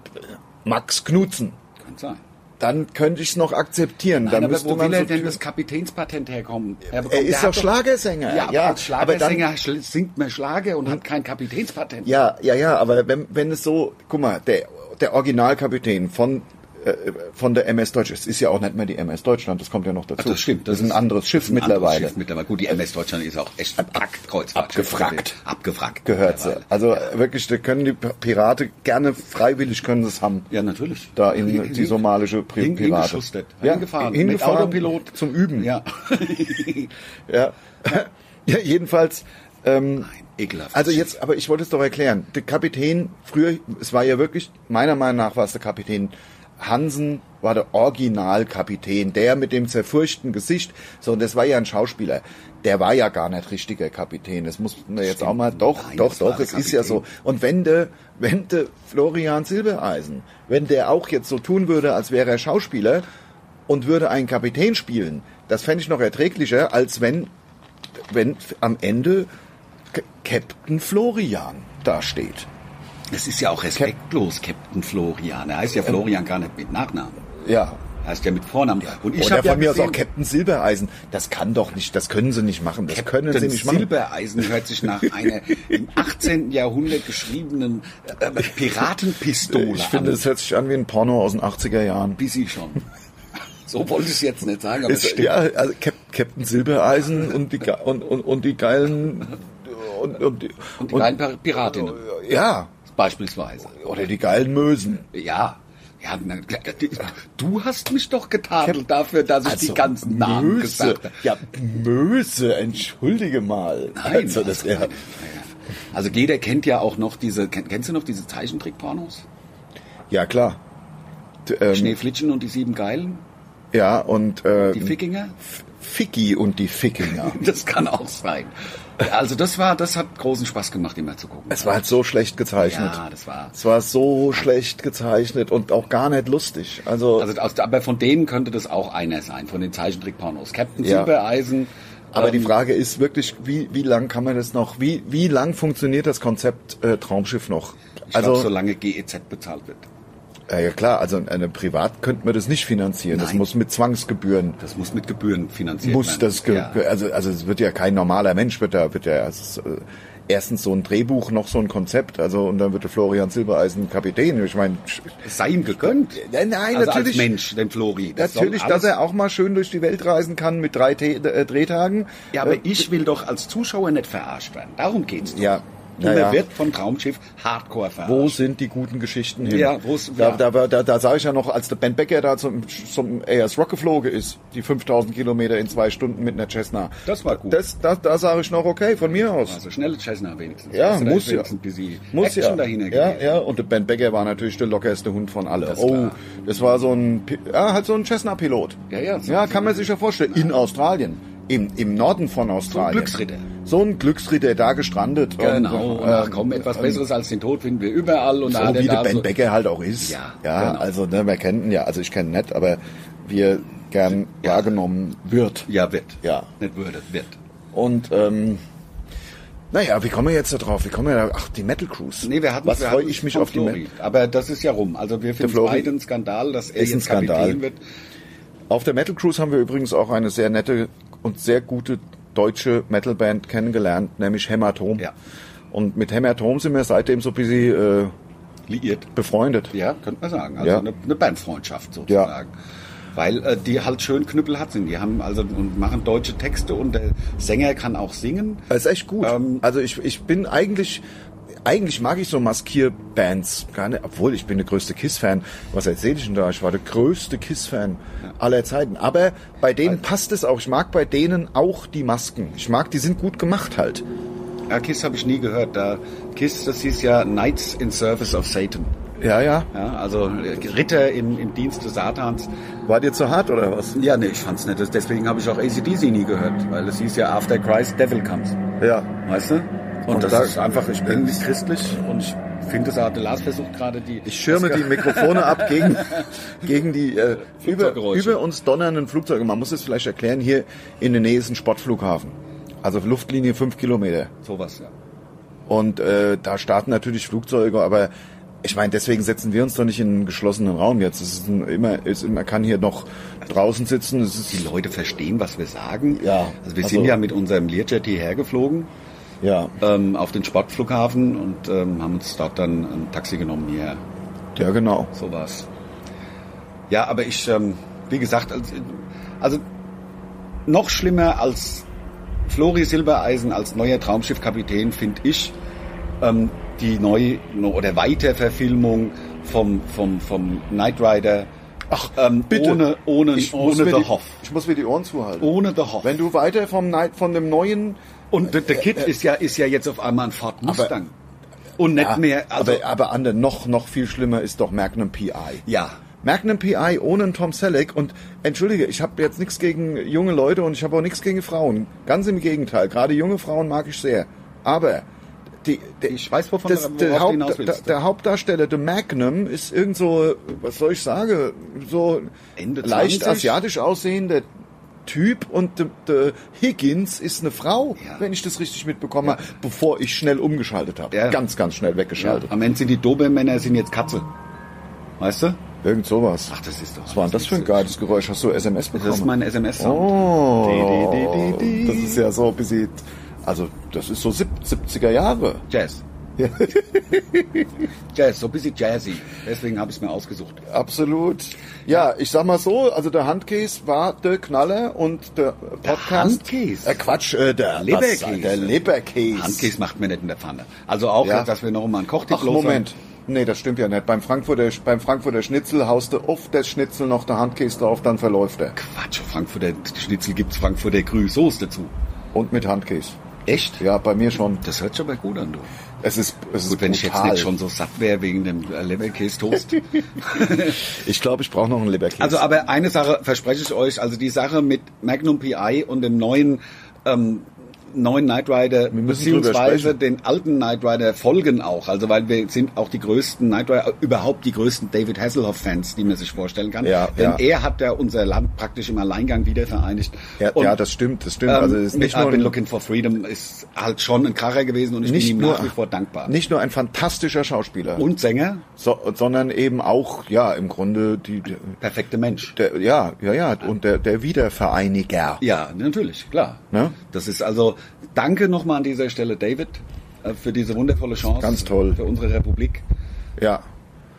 Speaker 1: Max Knutzen.
Speaker 2: Kann sein.
Speaker 1: Dann könnte ich es noch akzeptieren.
Speaker 2: Nein,
Speaker 1: dann
Speaker 2: aber
Speaker 1: müsste
Speaker 2: wo
Speaker 1: man
Speaker 2: will er
Speaker 1: so
Speaker 2: denn das Kapitänspatent herkommen? herbekommen?
Speaker 1: er
Speaker 2: Der
Speaker 1: ist
Speaker 2: hat
Speaker 1: doch Schlagersänger.
Speaker 2: Ja, aber als
Speaker 1: aber dann- Hm.
Speaker 2: Schlagersänger schl- singt man Schlager und hat kein Kapitänspatent.
Speaker 1: Ja, ja, ja, aber wenn, wenn es so, guck mal, der, der Originalkapitän von, äh, von der MS Deutschland, es ist ja auch nicht mehr die MS Deutschland, das kommt ja noch dazu.
Speaker 2: Ach, das stimmt,
Speaker 1: Das,
Speaker 2: das
Speaker 1: ist ein
Speaker 2: ist-
Speaker 1: anderes Schiff
Speaker 2: Ein anderes
Speaker 1: mittlerweile.
Speaker 2: Schiff mittlerweile. Gut, die MS Deutschland ist auch echt ein Packkreuzfahrt.
Speaker 1: Abgefrackt.
Speaker 2: Abgefragt.
Speaker 1: Gehört sie. Also äh, wirklich, da können die Pirate gerne freiwillig können sie es haben.
Speaker 2: Ja, natürlich.
Speaker 1: Da in die somalische Pri
Speaker 2: Hin-
Speaker 1: Pirate.
Speaker 2: hingeschustert.
Speaker 1: Ja,
Speaker 2: Hingefahren.
Speaker 1: hingefahren Hm.
Speaker 2: Mit Autopilot.
Speaker 1: zum Üben.
Speaker 2: Ja.
Speaker 1: Ja. ja jedenfalls, ähm,
Speaker 2: Nein, ekelhaft.
Speaker 1: Also jetzt, aber ich wollte es doch erklären. Der Kapitän früher, es war ja wirklich, meiner Meinung nach war es der Kapitän Hansen, war der Originalkapitän, der mit dem zerfurchten Gesicht, so, und das war ja ein Schauspieler. Der war ja gar nicht richtiger Kapitän. Das muss man jetzt
Speaker 2: Stimmt.
Speaker 1: auch mal, doch,
Speaker 2: Nein,
Speaker 1: doch,
Speaker 2: das war
Speaker 1: doch,
Speaker 2: der
Speaker 1: es ist ja so.
Speaker 2: Kapitän.
Speaker 1: Und wenn der, wenn der Florian Silbereisen, wenn der auch jetzt so tun würde, als wäre er Schauspieler und würde einen Kapitän spielen, das fände ich noch erträglicher, als wenn wenn am Ende K- Captain Florian da steht.
Speaker 2: Das ist ja auch respektlos, Captain Florian. Er
Speaker 1: Ähm,
Speaker 2: heißt ja Florian gar nicht mit Nachnamen.
Speaker 1: Ja.
Speaker 2: Er heißt ja mit Vornamen. Und
Speaker 1: Oder
Speaker 2: hab
Speaker 1: von mir aus
Speaker 2: gesehen,
Speaker 1: auch Captain Silbereisen. Das kann doch nicht, das können sie nicht machen. Das können sie
Speaker 2: Captain
Speaker 1: nicht machen.
Speaker 2: Silbereisen hört sich nach einer im 18. Jahrhundert geschriebenen äh, Piratenpistole
Speaker 1: ich finde,
Speaker 2: an.
Speaker 1: es hört sich an wie ein Porno aus den 80er Jahren.
Speaker 2: Bissi schon. So wollte ich es jetzt nicht sagen, aber es
Speaker 1: Ist,
Speaker 2: stimmt.
Speaker 1: ja, also Cap Captain Silbereisen und die, ge- und, und, und die geilen, und, und, die-
Speaker 2: Und die beiden Pir- Piratinnen
Speaker 1: ja,
Speaker 2: beispielsweise.
Speaker 1: oder die geilen Mösen.
Speaker 2: Ja. Ja, na, du hast mich doch getadelt dafür, dass ich
Speaker 1: Also,
Speaker 2: die ganzen Namen
Speaker 1: Möse.
Speaker 2: gesagt habe.
Speaker 1: Ja, Möse, entschuldige mal.
Speaker 2: Nein,
Speaker 1: also, das,
Speaker 2: nein,
Speaker 1: ja.
Speaker 2: nein, nein. Also jeder kennt ja auch noch diese, kenn- kennst du noch diese Zeichentrick-Pornos?
Speaker 1: ja, klar. D- ähm,
Speaker 2: Schneeflitschen und die sieben Geilen?
Speaker 1: Ja, und äh,
Speaker 2: Die Fickinger?
Speaker 1: F- Ficki und die Fickinger.
Speaker 2: Das kann auch sein. Also das war, das hat großen Spaß gemacht, immer zu gucken.
Speaker 1: es war halt so schlecht gezeichnet.
Speaker 2: Ja, das war.
Speaker 1: Es war so schlecht gezeichnet und auch gar nicht lustig. Also,
Speaker 2: Also aus, aber von denen könnte das auch einer sein, von den Zeichentrick-Pornos. Captain
Speaker 1: Ja.
Speaker 2: Silbereisen.
Speaker 1: aber
Speaker 2: ähm,
Speaker 1: die Frage ist wirklich, wie, wie lang kann man das noch, wie, wie lang funktioniert das Konzept äh, Traumschiff noch?
Speaker 2: Ich
Speaker 1: Also,
Speaker 2: glaube, solange GEZ bezahlt wird.
Speaker 1: äh, ja klar, also in einem Privat könnte man das nicht finanzieren. Das
Speaker 2: Nein.
Speaker 1: muss mit Zwangsgebühren.
Speaker 2: Das muss mit Gebühren finanziert
Speaker 1: muss
Speaker 2: werden.
Speaker 1: das, ge
Speaker 2: ja.
Speaker 1: ge- also, also es wird ja kein normaler Mensch, wird da, wird ja erst, äh, erstens so ein Drehbuch, noch so ein Konzept, also, und dann wird der Florian Silbereisen Kapitän. Ich meine,
Speaker 2: Sei ihm gegönnt.
Speaker 1: Nein, nein,
Speaker 2: also
Speaker 1: natürlich.
Speaker 2: Als Mensch, den Flori. Das soll
Speaker 1: Natürlich, dass
Speaker 2: alles-
Speaker 1: er auch mal schön durch die Welt reisen kann mit drei Te äh, Drehtagen. Äh,
Speaker 2: Ja, aber ich will doch als Zuschauer nicht verarscht werden. Darum geht's doch.
Speaker 1: Ja.
Speaker 2: Und
Speaker 1: Ja,
Speaker 2: er
Speaker 1: ja.
Speaker 2: wird vom Traumschiff Hardcore verarscht.
Speaker 1: Wo sind die guten Geschichten hin?
Speaker 2: Ja, wo's-
Speaker 1: da,
Speaker 2: ja.
Speaker 1: da, da, da, da sah ich ja noch, als der Ben Becker da zum, zum AS Rock geflogen ist, die 5000 Kilometer in zwei Stunden mit einer Cessna.
Speaker 2: Das war gut.
Speaker 1: Das, da, da sage ich noch, okay, von mir aus.
Speaker 2: Also schnelle Cessna wenigstens.
Speaker 1: ja,
Speaker 2: Weißt du, da
Speaker 1: muss
Speaker 2: ist
Speaker 1: ja.
Speaker 2: wenigstens Ein bisschen
Speaker 1: Muss
Speaker 2: Action
Speaker 1: ja.
Speaker 2: dahinter
Speaker 1: ja,
Speaker 2: gewesen.
Speaker 1: ja, und der Ben Becker war natürlich der lockerste Hund von alle.
Speaker 2: Das ist
Speaker 1: oh,
Speaker 2: klar.
Speaker 1: das war so ein, Pi- ja, halt so ein Cessna-Pilot.
Speaker 2: Ja, ja, so-
Speaker 1: ja,
Speaker 2: so-
Speaker 1: kann man sich ja vorstellen. In Australien. Im, Im Norden von Australien.
Speaker 2: Glücksritter.
Speaker 1: So ein Glücksritter, da gestrandet.
Speaker 2: Genau.
Speaker 1: Und,
Speaker 2: Und ach
Speaker 1: ähm,
Speaker 2: komm, etwas Besseres als den Tod finden wir überall. Und da
Speaker 1: so
Speaker 2: hat er
Speaker 1: wie der
Speaker 2: da
Speaker 1: Ben
Speaker 2: so-
Speaker 1: Becker halt auch ist.
Speaker 2: Ja,
Speaker 1: ja
Speaker 2: genau.
Speaker 1: also ne, wir kennen ihn ja, also ich kenne ihn nicht, aber wie er gern wahrgenommen wird.
Speaker 2: Ja, wird.
Speaker 1: Ja.
Speaker 2: Nicht würde, wird.
Speaker 1: Und ähm, naja, wie kommen wir jetzt da drauf? Wie kommen wir da? Ach, die Metal Cruise.
Speaker 2: Nee, wir hatten,
Speaker 1: Was
Speaker 2: wir
Speaker 1: freue
Speaker 2: hatten
Speaker 1: ich
Speaker 2: es
Speaker 1: mich
Speaker 2: von
Speaker 1: auf die
Speaker 2: Flori.
Speaker 1: Metal
Speaker 2: Aber das ist ja rum. Also wir finden
Speaker 1: Flori
Speaker 2: beide einen Skandal, dass er
Speaker 1: ist ein
Speaker 2: jetzt Kapitän
Speaker 1: Skandal.
Speaker 2: wird.
Speaker 1: Auf der Metal Cruise haben wir übrigens auch eine sehr nette und sehr gute deutsche Metalband kennengelernt, nämlich Hämatom.
Speaker 2: Ja.
Speaker 1: Und mit Hämatom sind wir seitdem so ein bisschen äh,
Speaker 2: Liiert.
Speaker 1: befreundet.
Speaker 2: Ja, könnte man sagen. Also
Speaker 1: Ja.
Speaker 2: eine, eine Bandfreundschaft sozusagen. Weil äh, die halt schön Knüppel hat sind. Die haben also und machen deutsche Texte und der Sänger kann auch singen.
Speaker 1: Das ist echt gut.
Speaker 2: Ähm,
Speaker 1: also ich, ich bin eigentlich, eigentlich mag ich so Maskierbands gar nicht, obwohl ich bin der größte Kiss-Fan. Was erzähle ich denn da? Ich war der größte Kiss-Fan aller Zeiten. Aber bei denen passt es auch. Ich mag bei denen auch die Masken. Ich mag, die sind gut gemacht halt.
Speaker 2: Ja, Kiss habe ich nie gehört. Da Kiss, das hieß ja Knights in Service of Satan.
Speaker 1: Ja, ja.
Speaker 2: Ja, also äh, Ritter im, im Dienste Satans.
Speaker 1: War dir zu hart oder was?
Speaker 2: Ja, nee, ich fand's nicht. Das- Deswegen habe ich auch ACDC nie gehört, weil es hieß ja After Christ Devil Comes.
Speaker 1: Ja.
Speaker 2: Weißt du? Und, das
Speaker 1: da-
Speaker 2: ist einfach, ich bin nicht christlich und ich finde es hart. Der Lars versucht gerade die.
Speaker 1: Ich schirme die Mikrofone ab gegen, gegen die äh, über,
Speaker 2: Flugzeuggeräusche.
Speaker 1: über uns donnernden Flugzeuge. Man muss es vielleicht erklären, hier in der Nähe ist ein Sportflughafen. Also Luftlinie fünf Kilometer.
Speaker 2: sowas, ja.
Speaker 1: Und äh, da starten natürlich Flugzeuge, aber ich meine, deswegen setzen wir uns doch nicht in einen geschlossenen Raum jetzt. Es ist ein, immer, ist, man kann hier noch draußen sitzen. Es ist,
Speaker 2: Die Leute verstehen, was wir sagen.
Speaker 1: Ja.
Speaker 2: Also wir
Speaker 1: Also-
Speaker 2: sind ja mit unserem Learjet hierher geflogen
Speaker 1: ja,
Speaker 2: ähm, auf den Sportflughafen und ähm, haben uns dort dann ein Taxi genommen hierher.
Speaker 1: ja genau.
Speaker 2: Sowas. Ja, aber ich, ähm, wie gesagt, als, also noch schlimmer als Flori Silbereisen als neuer Traumschiffkapitän finde ich ähm, die neue oder Weiterverfilmung vom, vom, vom Knight Rider. Ach, ähm,
Speaker 1: bitte.
Speaker 2: Ohne, ohne, ohne
Speaker 1: mir
Speaker 2: The
Speaker 1: die,
Speaker 2: Hoff.
Speaker 1: ich muss mir die Ohren zuhalten.
Speaker 2: Ohne The Hoff.
Speaker 1: Wenn du weiter vom Night, von dem neuen
Speaker 2: Und der, der Kid ist ja ist ja jetzt auf einmal ein Ford Mustang und nicht
Speaker 1: Ah,
Speaker 2: mehr. Also
Speaker 1: aber, aber andere, noch, noch viel schlimmer ist doch Magnum PI.
Speaker 2: ja,
Speaker 1: Magnum PI ohne einen Tom Selleck und entschuldige, ich habe jetzt nichts gegen junge Leute und ich habe auch nichts gegen Frauen. Ganz im Gegenteil, gerade junge Frauen mag ich sehr. Aber die, der,
Speaker 2: Ich weiß, wovon
Speaker 1: das,
Speaker 2: du-
Speaker 1: der,
Speaker 2: worauf du
Speaker 1: Haupt,
Speaker 2: hinaus
Speaker 1: der,
Speaker 2: willst.
Speaker 1: der Hauptdarsteller, der Magnum, ist irgend so, was soll ich sagen, so
Speaker 2: Ende
Speaker 1: leicht
Speaker 2: 20?
Speaker 1: asiatisch aussehender Typ und der, der Higgins ist eine Frau,
Speaker 2: Ja.
Speaker 1: wenn ich das richtig mitbekomme, bevor ich schnell umgeschaltet habe.
Speaker 2: Ja.
Speaker 1: Ganz, ganz schnell
Speaker 2: ja.
Speaker 1: weggeschaltet.
Speaker 2: Am Ende sind die Dobermänner sind jetzt Katze. Weißt du?
Speaker 1: Irgend sowas.
Speaker 2: Ach, das ist doch.
Speaker 1: Was war denn das für ein
Speaker 2: Geil?
Speaker 1: geiles Geräusch? Hast du SMS bekommen?
Speaker 2: Das ist mein SMS-Sound.
Speaker 1: Oh,
Speaker 2: Di, di, di, di, di.
Speaker 1: das ist ja so ein bisschen, also das ist so sieb- 70er Jahre.
Speaker 2: Jazz. Jazz, so ein bisschen jazzy. Deswegen habe ich es mir ausgesucht.
Speaker 1: Absolut. Ja, ich sag mal so, also der Handkäse war der Knaller und der Podcast.
Speaker 2: Handkäse?
Speaker 1: Äh, Quatsch, äh, der
Speaker 2: Leberkäse.
Speaker 1: was- Der Leberkäse.
Speaker 2: Handkäse macht man nicht in der Pfanne. Also auch,
Speaker 1: Ja.
Speaker 2: dass wir noch mal einen Kochtipp
Speaker 1: Ach, Moment. Nee, das stimmt ja nicht. Beim Frankfurter, beim Frankfurter Schnitzel haust du oft der Schnitzel noch der Handkäse drauf, dann verläuft er.
Speaker 2: Quatsch, Frankfurter Schnitzel gibt's Frankfurter Grüne Soße dazu.
Speaker 1: Und mit Handkäse.
Speaker 2: Echt?
Speaker 1: Ja, bei mir schon.
Speaker 2: Das hört schon mal gut an, du.
Speaker 1: Es ist, es ist
Speaker 2: Gut, wenn ich jetzt
Speaker 1: brutal.
Speaker 2: nicht schon so satt wäre wegen dem äh, Leberkäse-Toast.
Speaker 1: Ich glaube, ich brauche noch einen Leberkäse.
Speaker 2: also, aber eine Sache verspreche ich euch, also die Sache mit Magnum PI und dem neuen, ähm, neuen Knight Rider,
Speaker 1: müssen drüber
Speaker 2: beziehungsweise
Speaker 1: sprechen.
Speaker 2: den alten Knight Rider folgen auch, also weil wir sind auch die größten Knight Rider, äh, überhaupt die größten David Hasselhoff-Fans, die man sich vorstellen kann.
Speaker 1: Ja,
Speaker 2: Denn
Speaker 1: ja.
Speaker 2: er hat ja unser Land praktisch im Alleingang wieder vereinigt.
Speaker 1: Ja,
Speaker 2: Und,
Speaker 1: ja, das stimmt, das stimmt.
Speaker 2: Ähm,
Speaker 1: also es ist
Speaker 2: mit
Speaker 1: nicht
Speaker 2: I've
Speaker 1: nur
Speaker 2: been
Speaker 1: ein,
Speaker 2: looking for freedom ist halt schon ein Kracher gewesen und ich
Speaker 1: nicht
Speaker 2: bin ihm
Speaker 1: nur,
Speaker 2: nach wie vor dankbar.
Speaker 1: nicht nur ein fantastischer Schauspieler,
Speaker 2: und Sänger,
Speaker 1: so, sondern eben auch ja im Grunde die, die-
Speaker 2: perfekte Mensch.
Speaker 1: der, ja ja ja und der, der Wiedervereiniger.
Speaker 2: Ja, natürlich, klar.
Speaker 1: Ne?
Speaker 2: Das ist also, danke nochmal an dieser Stelle, David, äh, für diese wundervolle Chance.
Speaker 1: Ganz toll.
Speaker 2: Für unsere Republik.
Speaker 1: Ja,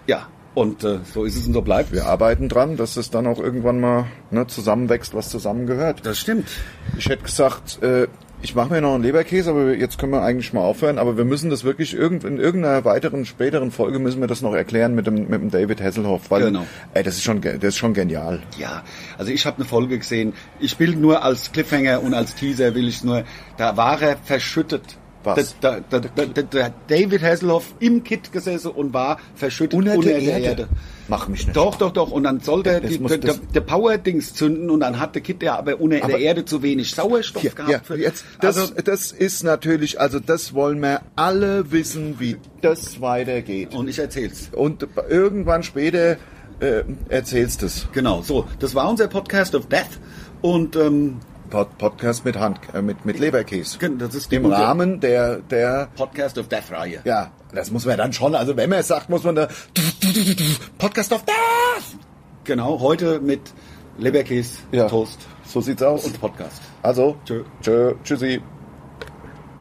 Speaker 2: Ja, und äh, so ist es und so bleibt
Speaker 1: wir arbeiten dran, dass es dann auch irgendwann mal ne, zusammenwächst, was zusammengehört.
Speaker 2: Das stimmt.
Speaker 1: Ich hätte gesagt, äh, ich mache mir noch einen Leberkäse, aber wir- jetzt können wir eigentlich mal aufhören. Aber wir müssen das wirklich irgend, in irgendeiner weiteren späteren Folge müssen wir das noch erklären mit dem mit dem David Hasselhoff, weil
Speaker 2: Genau.
Speaker 1: ey, das ist schon ge- das ist schon genial.
Speaker 2: Ja, also ich habe eine Folge gesehen. Ich will nur als Cliffhanger und als Teaser will ich nur, da war er verschüttet.
Speaker 1: Was?
Speaker 2: Da, da, da, da, da, da hat David Hasselhoff im Kit gesessen und war verschüttet
Speaker 1: Unter der Erde. Mach mich nicht.
Speaker 2: Doch, doch, doch. Und dann sollte er
Speaker 1: Das
Speaker 2: die,
Speaker 1: muss-
Speaker 2: der,
Speaker 1: das-
Speaker 2: der Power-Dings zünden und dann hat der Kit ja aber unter der Erde zu wenig Sauerstoff gehabt.
Speaker 1: Ja,
Speaker 2: für-
Speaker 1: jetzt, das,
Speaker 2: also,
Speaker 1: das ist natürlich, also das wollen wir alle wissen, wie das weitergeht.
Speaker 2: und ich erzähl's.
Speaker 1: Und irgendwann später äh, erzählst es.
Speaker 2: Genau, so. Das war unser Podcast of Death. Und ähm,
Speaker 1: Pod Podcast mit, Hand, äh, mit, mit Leberkäse.
Speaker 2: Genau, das ist die
Speaker 1: Im
Speaker 2: gute-
Speaker 1: Rahmen der, der
Speaker 2: Podcast of Death Reihe.
Speaker 1: ja, das muss man dann schon, also wenn man es sagt, muss man da Podcast auf das!
Speaker 2: Genau, heute mit Leberkäse,
Speaker 1: Ja.
Speaker 2: Toast
Speaker 1: So sieht's aus.
Speaker 2: und Podcast.
Speaker 1: Also,
Speaker 2: Tschö.
Speaker 1: tschö, tschüssi.